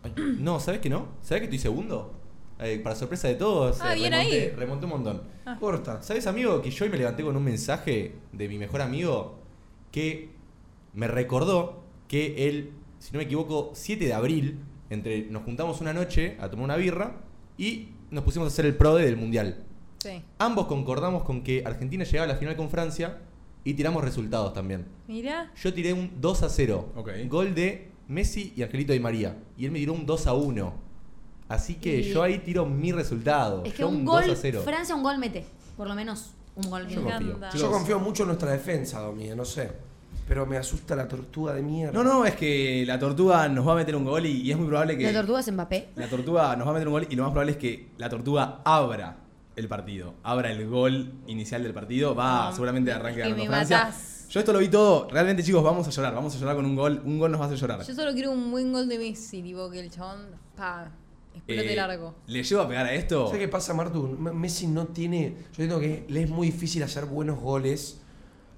S7: Ay, No, ¿sabes que no? ¿Sabes que estoy segundo? Eh, para sorpresa de todos,
S2: Ah,
S7: eh,
S2: bien
S7: remonté,
S2: ahí.
S7: remonté un montón.
S2: Ah.
S7: Corta. ¿Sabes, amigo, que yo hoy me levanté con un mensaje de mi mejor amigo que me recordó que él, si no me equivoco, 7 de abril, entre nos juntamos una noche a tomar una birra y nos pusimos a hacer el prode del Mundial.
S2: Sí.
S7: Ambos concordamos con que Argentina llegaba a la final con Francia y tiramos resultados también.
S2: Mira.
S7: Yo tiré un 2 a 0. Gol de Messi y Angelito Di María. Y él me tiró un 2 a 1. Así que
S4: Y-
S7: yo ahí tiro mi resultado.
S4: Es que
S7: yo
S4: un gol, Francia un gol mete. Por lo menos un gol.
S3: Yo confío. Yo confío mucho en nuestra defensa, Domi, no sé. Pero me asusta la tortuga de mierda.
S1: No, no, es que la tortuga nos va a meter un gol y, y es muy probable que.
S4: La tortuga es Mbappé.
S1: La tortuga nos va a meter un gol y lo más probable es que la tortuga abra el partido. Abra el gol inicial del partido. Va,
S2: No,
S1: seguramente arranque
S2: Ah, que
S1: ganando
S2: me
S1: Francia.
S2: matás.
S1: Yo esto lo vi todo. Realmente, chicos, vamos a llorar. Vamos a llorar con un gol. Un gol nos va a hacer llorar.
S2: Yo solo quiero un buen gol de Messi, tipo que el chabón, pa, explote
S1: Eh,
S2: largo.
S1: ¿Le llevo a pegar a esto?
S3: ¿Sabes qué pasa, Martu? M- Messi no tiene. Yo entiendo que le es muy difícil hacer buenos goles.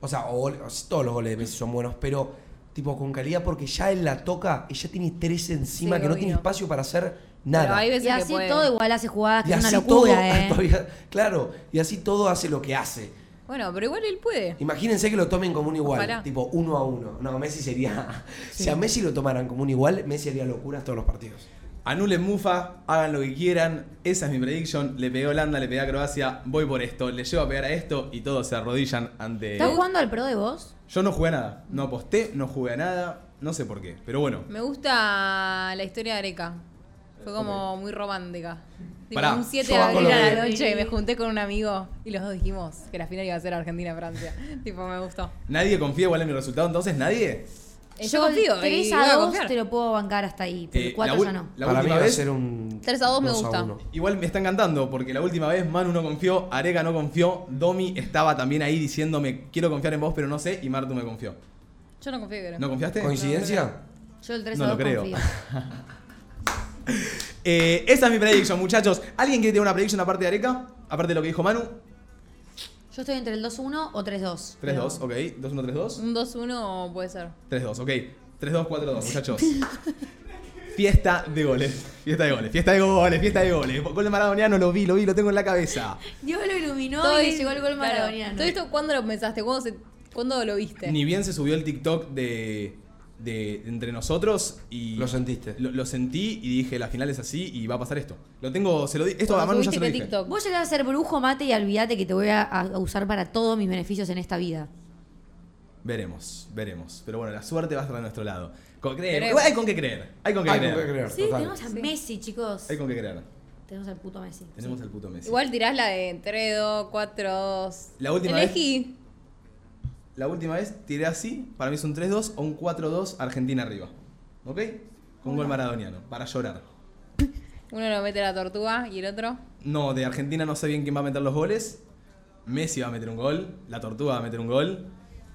S3: O sea, o gole- o sea, todos los goles de Messi son buenos, pero tipo con calidad porque ya él la toca y ya tiene tres encima
S4: Sí,
S3: que no
S4: obvio.
S3: tiene espacio para hacer nada.
S4: y así todo igual hace jugadas que
S3: Y
S4: es una
S3: así
S4: locura,
S3: todo-
S4: ¿eh?
S3: todavía- claro, y así todo hace lo que hace.
S2: Bueno, pero igual él puede.
S3: Imagínense que lo tomen como un igual,
S2: Ojalá.
S3: tipo uno a uno. No, Messi sería. Si a Messi lo tomaran como un igual, Messi haría locuras todos los partidos.
S1: Anulen Mufa, hagan lo que quieran. Esa es mi prediction. Le pegué a Holanda, le pegué a Croacia. Voy por esto, le llevo a pegar a esto y todos se arrodillan ante.
S4: ¿Estás jugando al pro de vos?
S1: Yo no jugué a nada. No aposté, no jugué a nada. No sé por qué, pero bueno.
S2: Me gusta la historia de Areca. Fue como muy romántica. Tipo,
S1: Pará,
S2: un 7
S1: yo
S2: de
S1: banco
S2: abril
S1: lo
S2: a
S1: de-
S2: la noche me junté con un amigo y los dos dijimos que la final iba a ser Argentina-Francia. tipo, me gustó.
S1: ¿Nadie confía igual en mi resultado entonces? ¿Nadie?
S2: Eh, Yo confío. y
S4: 3
S2: voy
S4: a 2
S2: confiar.
S4: te lo puedo bancar hasta ahí, pero
S1: Eh,
S4: el 4
S1: la
S4: ya
S1: ul-
S4: no.
S1: la
S3: Para mí
S1: última
S3: va a
S1: vez-
S3: ser un.
S2: 3 a 2 me gusta.
S1: Igual me están cantando, porque la última vez Manu no confió, Areca no confió, Domi estaba también ahí diciéndome quiero confiar en vos, pero no sé, y Martu me confió.
S2: Yo no confío que
S1: ¿No confiaste?
S3: ¿Coincidencia?
S4: Yo el 3
S1: No
S4: a
S1: lo
S4: 2
S1: creo.
S4: confío.
S1: Eh, esa es mi prediction, muchachos. ¿Alguien quiere tener una prediction aparte de Areca? Aparte de lo que dijo Manu.
S4: Yo estoy entre el 2-1 o 3-2.
S1: 3-2, ok. 2-1-3-2.
S2: Un 2-1 puede ser.
S1: 3-2, ok. 3-2-4-2, muchachos. Fiesta de goles. Fiesta de goles, fiesta de goles, fiesta de goles. Gol maradoniano lo vi, lo vi, lo tengo en la cabeza.
S4: Dios lo iluminó
S2: Todo
S4: y le llegó el gol maradoniano.
S2: ¿Todo esto cuándo lo pensaste? ¿Cuándo, se- cuándo lo viste?
S1: Ni bien se subió el TikTok de, de entre nosotros y. Lo
S3: sentiste.
S1: Lo, sentí y dije, la final es así y va a pasar esto. Lo tengo, se lo di. Esto a Manu ya se lo dije.
S4: Vos llegás a ser brujo, mate y olvídate que te voy a, a usar para todos mis beneficios en esta vida.
S1: Veremos, veremos. Pero bueno, la suerte va a estar de nuestro lado. Con- creer-
S4: Veremos.
S1: Hay con qué creer. Hay con qué
S3: Hay con
S1: creer.
S3: qué creer,
S4: Sí, tenemos a Messi, chicos.
S1: Hay con qué creer.
S4: Tenemos al puto Messi.
S1: Tenemos al puto Messi.
S2: Igual tirás la de 3-2, 4-2.
S1: La última vez-
S2: Elegí.
S1: La última vez tiré así, para mí es un 3-2 o un 4-2 Argentina arriba. ¿Ok? Con gol maradoniano, para llorar.
S2: Uno lo mete la tortuga y el otro.
S1: No, de Argentina no sé bien quién va a meter los goles. Messi va a meter un gol, la Tortuga va a meter un gol.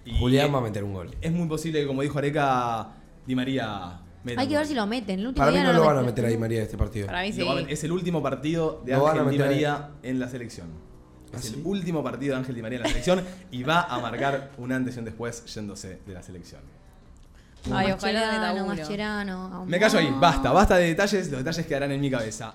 S1: y-
S3: Julián va a meter un gol.
S1: Es muy posible que, como dijo Areca, Di María meta
S4: Hay
S1: un
S4: que ver
S1: gol.
S4: si lo meten. El último
S3: Para mí
S4: día
S3: no lo van a
S4: meten.
S3: meter a Di María de este partido.
S2: Para mí sí.
S1: Lo va a meter- Es el último partido de
S3: Lo van a
S1: Ángel Di
S3: meter. Ah,
S1: María en la selección. Es el último partido de Ángel Di María en la selección y va a marcar un antes y un después yéndose de la selección.
S2: Ay, ojalá de
S4: Mascherano,
S2: Tauro.
S4: Mascherano,
S1: Me callo ahí, basta, basta de detalles, los detalles quedarán en mi cabeza.